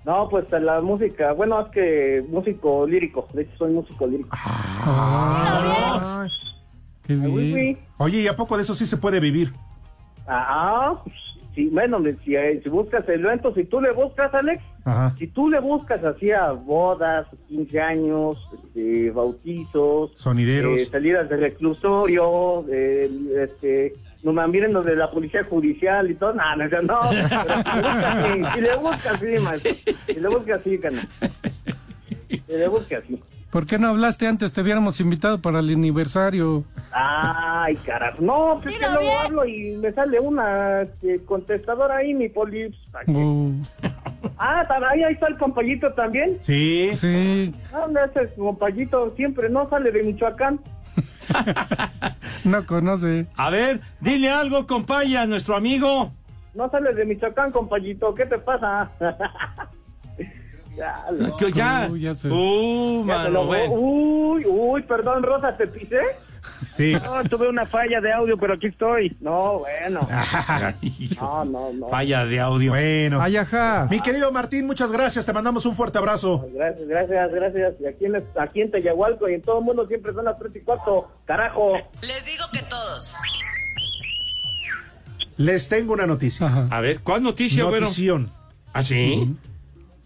Speaker 6: No, pues a la música, bueno, es que músico lírico, de hecho soy músico lírico.
Speaker 8: Ah,
Speaker 9: Ay. Oye, ¿y a poco de eso sí se puede vivir?
Speaker 6: Ah, sí, bueno, me- si, eh, si buscas el evento, si tú le buscas, Alex,
Speaker 9: Ajá.
Speaker 6: si tú le buscas así a bodas, 15 años, este, bautizos,
Speaker 9: Sonideros.
Speaker 6: eh, salidas del reclusorio, eh, este, no me miren los de la policía judicial y todo, no, no, no, pero si le buscas, sí, si le buscas, sí, maestro, si le buscas, sí, carnal. si le buscas, sí.
Speaker 4: ¿Por qué no hablaste antes? Te hubiéramos invitado para el aniversario.
Speaker 6: Ay, carajo. No, pues es que luego hablo y me sale una este, contestadora ahí, mi poli.
Speaker 4: Uh,
Speaker 6: Ah, tar- ahí, ahí está el compañito también.
Speaker 9: Sí.
Speaker 4: Sí.
Speaker 6: ¿Dónde haces, compañito? Siempre no sale de Michoacán.
Speaker 4: No conoce.
Speaker 8: A ver, dile algo, compaya, a nuestro amigo.
Speaker 6: No sales de Michoacán, compañito. ¿Qué te pasa? ya, lo-
Speaker 8: Que ya.
Speaker 6: Uy,
Speaker 8: Uh,
Speaker 6: ya te
Speaker 8: mano,
Speaker 6: lo-
Speaker 8: ven.
Speaker 6: uy, uy, perdón, Rosa, ¿te pisé? No, tuve una falla de audio, pero aquí estoy. No, bueno. no, no, no.
Speaker 8: Falla de audio.
Speaker 9: Bueno. Mi querido Martín, muchas gracias. Te mandamos un fuerte abrazo.
Speaker 6: Gracias, gracias, gracias. Y aquí en, aquí en Tayahualco y en todo el mundo siempre son las 3 y 4. Carajo.
Speaker 3: Les digo que todos.
Speaker 9: Les tengo una noticia.
Speaker 8: A ver, ¿cuál noticia, güero?
Speaker 9: Notición.
Speaker 8: ¿Ah, sí?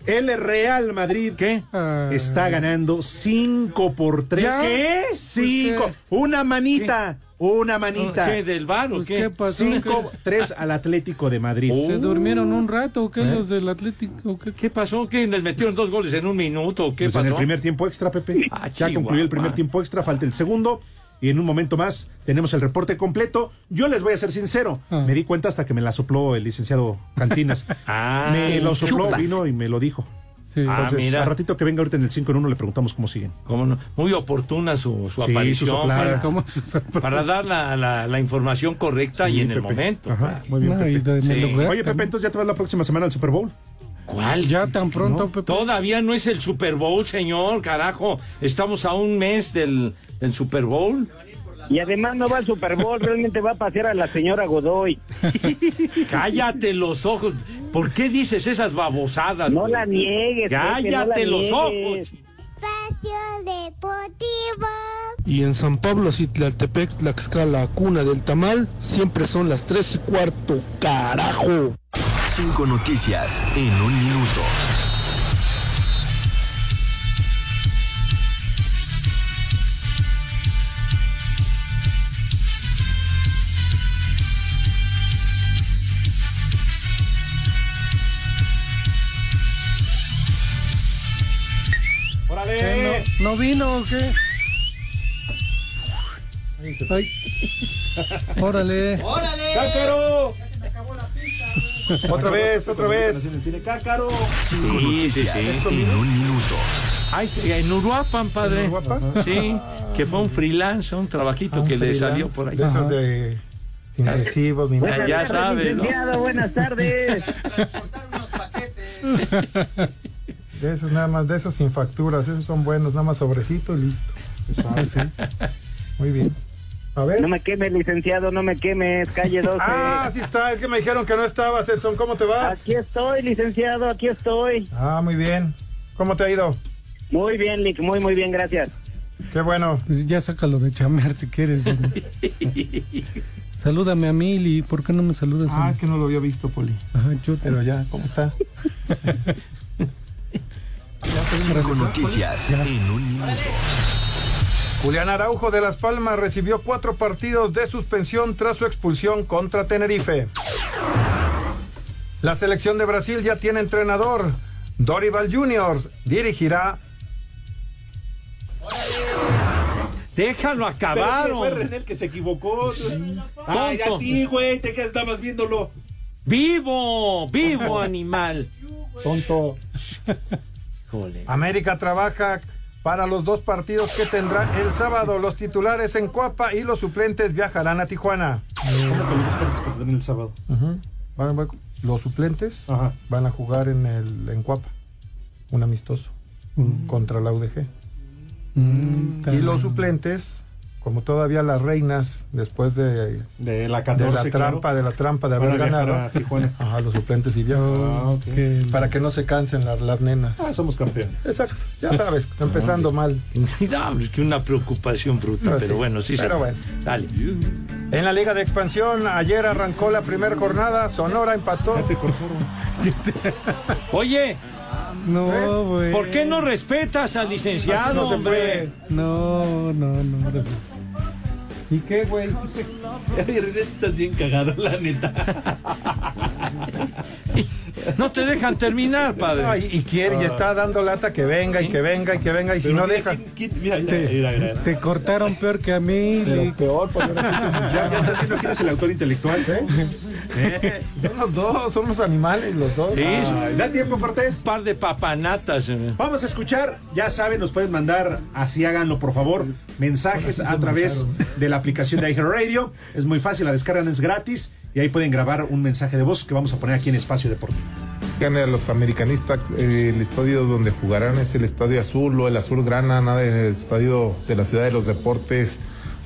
Speaker 9: El Real Madrid
Speaker 8: ¿Qué?
Speaker 4: Ah.
Speaker 9: está ganando 5 por 3.
Speaker 8: ¿Ya? ¿Qué?
Speaker 9: 5.
Speaker 8: Pues,
Speaker 9: Una manita. Una manita.
Speaker 8: ¿Qué, del bar
Speaker 4: Pues,
Speaker 8: o qué? Oh.
Speaker 9: 5-3 al Atlético de Madrid.
Speaker 4: ¿Se durmieron un rato o qué
Speaker 9: ¿Eh?
Speaker 4: los del Atlético? ¿Qué?
Speaker 8: Uh. ¿Qué pasó? ¿Qué les metieron dos goles en un minuto? o ¿Qué
Speaker 9: Pues
Speaker 8: pasó? Ah,
Speaker 9: en el primer tiempo extra, Pepe. ya concluyó el primer tiempo extra, falta el segundo. Y en un momento más tenemos el reporte completo. Yo les voy a ser sincero.
Speaker 4: Ah.
Speaker 9: Me di cuenta hasta que me la sopló el licenciado
Speaker 4: <laughs>
Speaker 9: Cantinas.
Speaker 8: Ah.
Speaker 9: me lo
Speaker 8: El
Speaker 9: sopló,
Speaker 8: Chupas.
Speaker 9: vino y me lo dijo.
Speaker 8: Ah,
Speaker 9: Entonces,
Speaker 8: mira.
Speaker 9: al ratito que venga ahorita en el 5 en 1 le preguntamos cómo siguen.
Speaker 8: ¿Cómo no? Muy oportuna su, su
Speaker 9: Sí, su
Speaker 8: aparición.
Speaker 9: soplada.
Speaker 8: <laughs> para-
Speaker 9: Sí, cómo
Speaker 8: para dar la, la- la información correcta y en el momento. pues.
Speaker 9: Ajá, muy bien,
Speaker 8: No, y
Speaker 9: Pepe.
Speaker 8: de- en el
Speaker 9: Sí.
Speaker 8: lugar
Speaker 9: Oye, Pepe,
Speaker 8: también.
Speaker 9: entonces ya te vas la próxima semana al Super Bowl.
Speaker 8: ¿Cuál?
Speaker 4: Ya tan pronto,
Speaker 8: No, Todavía no es el Super Bowl, señor, carajo. Estamos a un mes del, del Super Bowl.
Speaker 9: Ah.
Speaker 6: Y además no va al Super Bowl, realmente va a pasear a la señora Godoy.
Speaker 8: Cállate los ojos. ¿Por qué dices esas babosadas?
Speaker 6: No
Speaker 8: güey?
Speaker 6: la niegues, Pepe, no la
Speaker 8: Cállate los
Speaker 6: niegues.
Speaker 8: ojos.
Speaker 17: Y en San Pablo, Citlaltepec, Tlaxcala, cuna del tamal, siempre son las tres y cuarto, carajo.
Speaker 19: Cinco noticias en un minuto.
Speaker 4: ¿No vino o qué? Ay. Órale.
Speaker 9: ¡Órale! ¡Cácaro! Otra vez, otra vez. Cácaro.
Speaker 8: Cinco noticias en
Speaker 19: un minuto.
Speaker 8: en Uruapan, padre.
Speaker 9: ¿En Uruapan?
Speaker 8: Sí, que fue un freelance, un trabajito que le salió
Speaker 9: freelance,
Speaker 8: por ahí.
Speaker 9: De esos de. Sin recibos, ni
Speaker 8: Ya,
Speaker 9: nada.
Speaker 8: ya sabes, ¿no?
Speaker 12: licenciado, buenas tardes.
Speaker 14: <laughs> De esos nada más, de esos sin facturas, esos son buenos, nada más sobrecito y listo. Muy bien. A ver.
Speaker 12: No me quemes, licenciado, no me quemes, calle 12.
Speaker 14: Ah, sí está, es que me dijeron que no estabas, Edson, ¿cómo te va?
Speaker 12: Aquí estoy, licenciado, aquí estoy.
Speaker 14: Ah, muy bien. ¿Cómo te ha ido?
Speaker 12: Muy bien, Lick, muy, muy bien, gracias.
Speaker 14: Qué bueno.
Speaker 4: Pues ya sácalo de chamear si quieres.
Speaker 14: <laughs>
Speaker 4: Salúdame a Mili, ¿por qué no me saludas?
Speaker 14: Ah, es que no lo había visto, Poli.
Speaker 4: Ajá, yo
Speaker 14: Pero ya, ¿cómo está?
Speaker 19: Cinco noticias en un minuto.
Speaker 14: Julián Araujo de Las Palmas recibió cuatro partidos de suspensión tras su expulsión contra Tenerife. La selección de Brasil ya tiene entrenador. Dorival Junior dirigirá
Speaker 8: Déjalo
Speaker 9: Pero
Speaker 8: acabaron.
Speaker 9: fue René el que se equivocó. Ay,
Speaker 8: Tonto.
Speaker 9: a ti, güey, te quedas nada más viéndolo.
Speaker 8: Vivo, vivo animal.
Speaker 14: Tonto. América trabaja para los dos partidos que tendrá el sábado. Los titulares en Cuapa y los suplentes viajarán a Tijuana.
Speaker 9: el sábado?
Speaker 14: Van- van- los suplentes van a jugar en el en Cuapa, un amistoso
Speaker 9: Mm.
Speaker 14: contra la UDG. y los suplentes, como todavía las reinas, después de,
Speaker 9: De la 14,
Speaker 14: de la
Speaker 9: claro.
Speaker 14: trampa, de la trampa de
Speaker 9: Van
Speaker 14: haber
Speaker 9: a viajar
Speaker 14: ganado,
Speaker 9: a Tijuana.
Speaker 14: <laughs> Ajá, los suplentes y viajan. Para que no se cansen las, las nenas.
Speaker 9: Ah, somos campeones.
Speaker 14: Exacto, ya sabes, empezando mal.
Speaker 8: <laughs> No, pues que una preocupación bruta,
Speaker 14: Ah,
Speaker 8: pero
Speaker 14: sí.
Speaker 8: bueno, sí
Speaker 14: Pero
Speaker 8: se-
Speaker 14: bueno.
Speaker 8: Dale.
Speaker 14: En la Liga de Expansión, ayer arrancó la primera jornada, Sonora empató. <laughs>
Speaker 8: Oye,
Speaker 4: No, güey.
Speaker 8: ¿por qué no respetas al licenciado,
Speaker 4: Así no se
Speaker 8: hombre?
Speaker 4: No, no, no. ahora sí. ¿Y qué, güey?
Speaker 9: Estás bien cagado, la neta.
Speaker 8: No te dejan terminar, padre.
Speaker 14: No, y, y quiere, y está dando lata que venga y que venga y que venga, y si no deja.
Speaker 4: Te, te cortaron peor que a mí. Lick.
Speaker 14: peor, porque ahora sí se-
Speaker 9: Ya, ya estás viendo quién es el autor intelectual. ¿eh?
Speaker 14: Son los dos, son los animales, los dos.
Speaker 8: Sí, sí.
Speaker 9: Ay, da tiempo, Cortés.
Speaker 8: par de papanatas. eh.
Speaker 9: Vamos a escuchar, ya saben, nos pueden mandar, así háganlo por favor, mensajes a través de la aplicación de iHeartRadio. Es muy fácil, la descargan, es gratis y ahí pueden grabar un mensaje de voz que vamos a poner aquí en Espacio Deportivo.
Speaker 1: Gane a los americanistas, eh, el estadio donde jugarán es el Estadio Azul o el Azul Grana, nada del estadio de la Ciudad de los Deportes.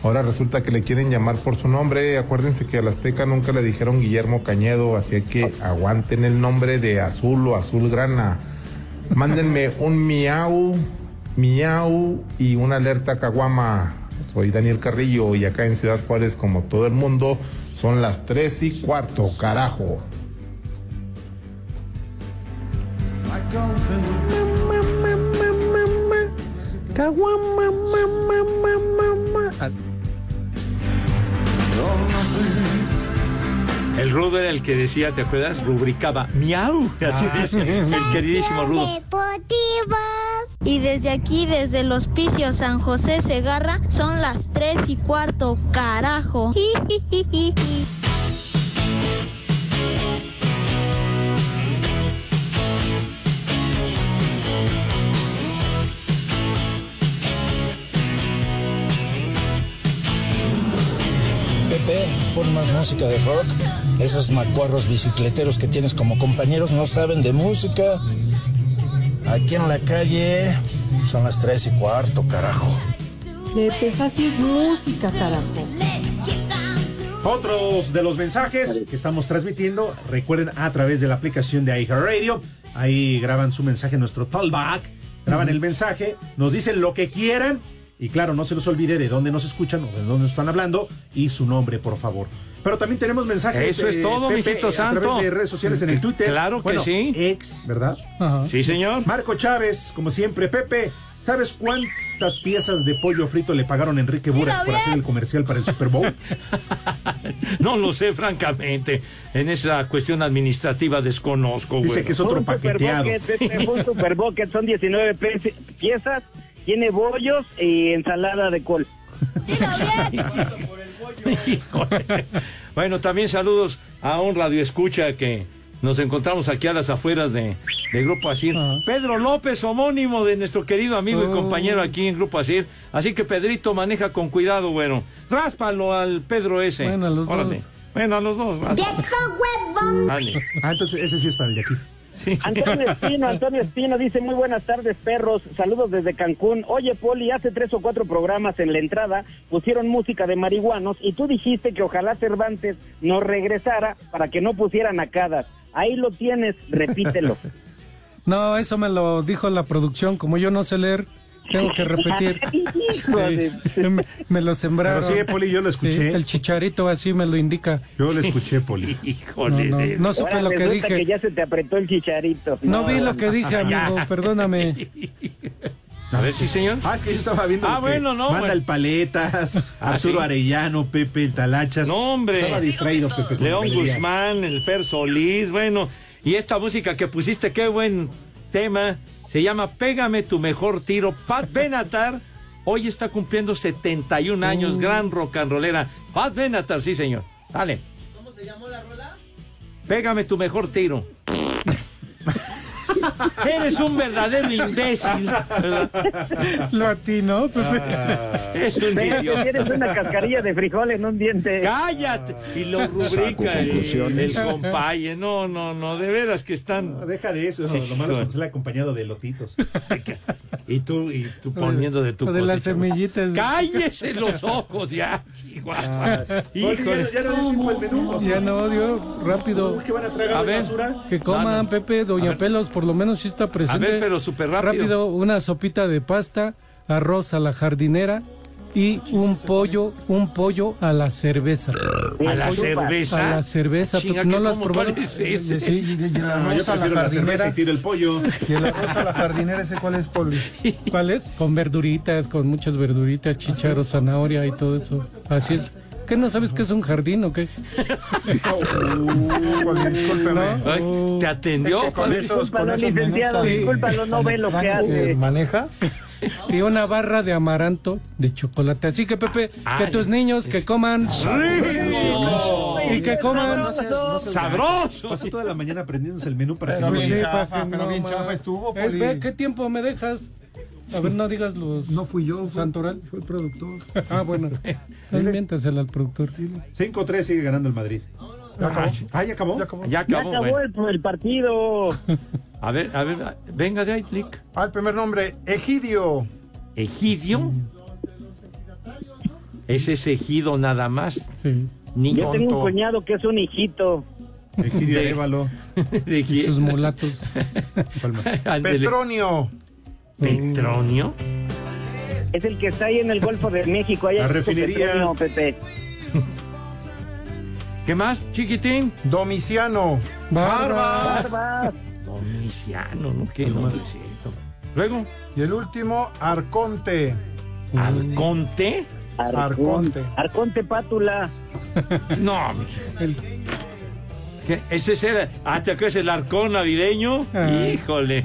Speaker 1: Ahora resulta que le quieren llamar por su nombre. Acuérdense que al Azteca nunca le dijeron Guillermo Cañedo, así que aguanten el nombre de Azul o Azul Grana. Mándenme un miau, miau y una alerta caguama. Soy Daniel Carrillo y acá en Ciudad Juárez, como todo el mundo, son las tres y cuarto, carajo.
Speaker 8: El Rudo era el que decía, ¿te acuerdas? Rubricaba miau. <laughs> Así
Speaker 3: Ah.
Speaker 8: dice el queridísimo Rudo.
Speaker 5: Y desde aquí, desde el hospicio San José Segarra, son las tres y cuarto, carajo.
Speaker 20: Pepe, pon más música de rock. Esos macuarros bicicleteros que tienes como compañeros no saben de música. Aquí en la calle son las tres y cuarto, carajo.
Speaker 21: Pepe, esa sí es música, carajo.
Speaker 9: Otros de los mensajes que estamos transmitiendo, recuerden a través de la aplicación de iHeartRadio, ahí graban su mensaje, nuestro talkback, graban el mensaje, nos dicen lo que quieran y claro, no se los olvide de dónde nos escuchan o de dónde nos están hablando y su nombre, por favor. Pero también tenemos mensajes eh,
Speaker 8: Eso es todo, mijito
Speaker 9: a
Speaker 8: santo.
Speaker 9: través de redes sociales en el Twitter.
Speaker 8: Claro que
Speaker 9: Bueno,
Speaker 8: sí.
Speaker 9: Ex, ¿verdad?
Speaker 8: Sí, señor.
Speaker 9: Marco Chávez, como siempre, Pepe, ¿sabes cuántas piezas de pollo frito le pagaron a Enrique Burak por hacer el comercial para el Super Bowl?
Speaker 8: No lo sé, francamente. En esa cuestión administrativa desconozco.
Speaker 9: Dice
Speaker 8: güero.
Speaker 9: que es otro
Speaker 12: Fue un superbucket, este fue un superbucket, son 19 pe- piezas Tiene bollos y ensalada de col.
Speaker 8: Híjole. Bueno, también saludos a un radio escucha que nos encontramos aquí a las afueras de, de Grupo Asir.
Speaker 4: Ah.
Speaker 8: Pedro López, homónimo de nuestro querido amigo y compañero aquí en Grupo Asir. Así que Pedrito maneja con cuidado, bueno. Ráspalo al Pedro ese.
Speaker 4: Bueno, a los
Speaker 8: Órale.
Speaker 4: dos.
Speaker 8: Bueno, a los dos. Dale.
Speaker 9: Ah, entonces ese sí es para el de aquí. <laughs>
Speaker 12: Antonio Espino, Antonio Espino dice muy buenas tardes perros, saludos desde Cancún. Oye Poli, hace tres o cuatro programas en la entrada pusieron música de marihuanos y tú dijiste que ojalá Cervantes nos regresara para que no pusieran a Cadas. Ahí lo tienes, repítelo.
Speaker 4: No, eso me lo dijo la producción. Como yo no sé leer, tengo
Speaker 12: <laughs>
Speaker 4: que repetir. Sí, me, me lo sembraron.
Speaker 9: Pero sí, Poli, yo lo escuché.
Speaker 4: el chicharito así me lo indica.
Speaker 9: Yo lo escuché, Poli.
Speaker 4: Híjole. <laughs> No, no, no supe
Speaker 12: Ahora
Speaker 4: lo que
Speaker 12: resulta
Speaker 4: dije.
Speaker 12: que ya se te apretó el chicharito. Ah,
Speaker 4: No vi lo que dije,
Speaker 12: Ya.
Speaker 4: amigo.
Speaker 12: <laughs>
Speaker 4: Perdóname.
Speaker 8: A ver, sí, señor.
Speaker 9: Ah, es que yo estaba viendo.
Speaker 8: Ah,
Speaker 9: que
Speaker 8: bueno, no,
Speaker 9: Manda
Speaker 8: bueno. Ah,
Speaker 9: el Paletas, Arturo
Speaker 8: sí.
Speaker 9: Arellano, Pepe el Talachas.
Speaker 8: No, hombre.
Speaker 9: Estaba distraído, Pepe. con
Speaker 8: León
Speaker 9: el día.
Speaker 8: Guzmán, el Fer Solís, bueno. Y esta música que pusiste, qué buen tema. Se llama Pégame tu mejor tiro.
Speaker 9: <laughs>
Speaker 8: Pat Benatar hoy está cumpliendo 71
Speaker 9: Mm.
Speaker 8: años, gran rock and rollera. Pat Benatar, sí, señor. Dale. Pégame tu mejor
Speaker 9: <laughs>
Speaker 8: tiro. Eres un verdadero imbécil. ¿verdad?
Speaker 4: Lo atinó, Pepe.
Speaker 8: Es un idiota.
Speaker 12: Tienes una cascarilla de frijoles en un diente.
Speaker 8: ¡Cállate! Y lo rubrica el, el compaye. No, no, no, de veras que están.
Speaker 9: No, deja de eso.
Speaker 8: Sí,
Speaker 9: lo malo es
Speaker 8: hijo.
Speaker 9: cuando sale acompañado de lotitos.
Speaker 8: <laughs> Y tú, y tú poniendo de tu
Speaker 4: De
Speaker 8: cosecha.
Speaker 4: las
Speaker 9: <laughs>
Speaker 4: semillitas.
Speaker 8: Cállese los ojos ya.
Speaker 14: Ah,
Speaker 8: Chihuahua. Híjole.
Speaker 9: ya no dio tiempo al menú.
Speaker 4: Ya no, Dios, rápido.
Speaker 9: ¿Qué van a tragar
Speaker 4: A
Speaker 9: de
Speaker 4: ver,
Speaker 9: basura?
Speaker 4: Que coman,
Speaker 8: No, no.
Speaker 4: Pepe,
Speaker 8: A
Speaker 4: Doña
Speaker 8: ver.
Speaker 4: Pelos, por lo menos sí está presente.
Speaker 8: A ver, pero súper rápido.
Speaker 4: Rápido, una sopita de pasta, arroz a la jardinera y un pollo, un pollo a la cerveza.
Speaker 8: ¿A la cerveza?
Speaker 4: A la cerveza,
Speaker 8: Chinga,
Speaker 4: Pepe, ¿no
Speaker 8: ¿qué
Speaker 4: lo has
Speaker 8: como
Speaker 4: probado?
Speaker 8: cuál es ese?
Speaker 4: Sí, y- y- y
Speaker 9: No, Ah, yo
Speaker 4: arroz a
Speaker 9: prefiero la cerveza y
Speaker 4: jardinera.
Speaker 9: tiro el pollo.
Speaker 14: Y el <laughs> arroz a la jardinera, ¿ese cuál es, Poli?
Speaker 4: <laughs> ¿Cuál es? Con verduritas, con muchas verduritas, chícharos, zanahoria y todo eso. Así es. ¿Qué no sabes que es un jardín o qué?
Speaker 14: Poli, discúlpeme.
Speaker 8: Ay, ¿Te atendió?
Speaker 14: Con
Speaker 8: padre?
Speaker 14: esos, con esos
Speaker 12: licenciado,
Speaker 14: menús tan-
Speaker 12: discúlpalo, no ve lo que
Speaker 14: tan-
Speaker 12: hace.
Speaker 14: maneja.
Speaker 4: y una barra de amaranto de chocolate. Así que Pepe, que
Speaker 8: Ay,
Speaker 4: tus niños que coman
Speaker 8: ¡Rico!
Speaker 4: y que coman
Speaker 8: ¡Sabroso!
Speaker 9: Pasó toda la mañana aprendiéndose el menú para que
Speaker 14: Pero
Speaker 9: no
Speaker 14: bien
Speaker 9: lo-
Speaker 14: chafa,
Speaker 4: papi,
Speaker 14: pero
Speaker 4: no,
Speaker 14: bien
Speaker 4: ma.
Speaker 14: chafa estuvo,
Speaker 4: Eh,
Speaker 14: Poli.
Speaker 4: ve, ¿Qué tiempo me dejas? A ver, no digas los
Speaker 14: No fui yo, fue,
Speaker 4: Santoral.
Speaker 14: fue el productor. <laughs>
Speaker 4: Ah, bueno. Miéntasela al productor.
Speaker 9: 5-3 sigue ganando el Madrid.
Speaker 14: Ya acabó.
Speaker 9: Ah, ya acabó.
Speaker 8: Ya
Speaker 12: Ya
Speaker 8: acabó.
Speaker 12: acabó
Speaker 8: bueno.
Speaker 12: el, el partido.
Speaker 8: A ver, a ver, venga de ahí, Nick.
Speaker 14: Ah, el primer nombre, Egidio.
Speaker 8: ¿Egidio? ¿Es ese ejido nada más?
Speaker 4: Sí.
Speaker 8: Niño.
Speaker 12: Yo tengo un cuñado que es un hijito.
Speaker 9: Egidio
Speaker 8: De-
Speaker 9: Arévalo.
Speaker 8: ¿De
Speaker 4: Y
Speaker 8: quién? <laughs>
Speaker 4: sus mulatos.
Speaker 9: ¿Cuál más?
Speaker 8: Ándele.
Speaker 14: Petronio.
Speaker 8: ¿Petronio?
Speaker 12: Es el que está ahí en el Golfo de México. Ahí
Speaker 9: La
Speaker 12: hay mucho
Speaker 9: refinería.
Speaker 12: petróleo, Pepe.
Speaker 8: ¿Qué más, chiquitín?
Speaker 14: Domiciano.
Speaker 4: Barbas.
Speaker 12: Barbas.
Speaker 8: Domiciano, ¿no? ¿Qué nombrecito? Luego,
Speaker 14: Y el último, Arconte.
Speaker 8: ¿Arconte?
Speaker 14: Arconte.
Speaker 12: Arconte Pátula.
Speaker 8: No.
Speaker 4: El-
Speaker 8: ¿qué? ¿Ese era? ¿Ah, te acuerdas el arcón navideño?
Speaker 4: Ah.
Speaker 8: Híjole.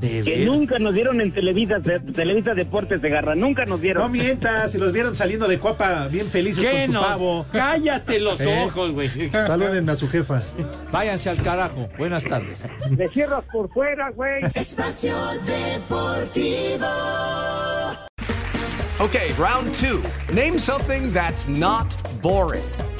Speaker 8: De
Speaker 12: Que
Speaker 8: ver-
Speaker 12: nunca nos dieron en Televisa, de- Televisa Deportes de Garra. Nunca nos
Speaker 9: No
Speaker 12: dieron.
Speaker 9: mientas, si los vieron saliendo de Cuapa bien felices con
Speaker 8: ¿Qué
Speaker 9: su
Speaker 8: nos-
Speaker 9: pavo.
Speaker 8: Cállate los
Speaker 9: <laughs> Eh.
Speaker 8: ojos, güey.
Speaker 9: Saluden a su jefa.
Speaker 8: Váyanse al carajo. Buenas tardes.
Speaker 12: Me cierras por fuera, güey.
Speaker 10: Okay, round two. Name something that's not boring.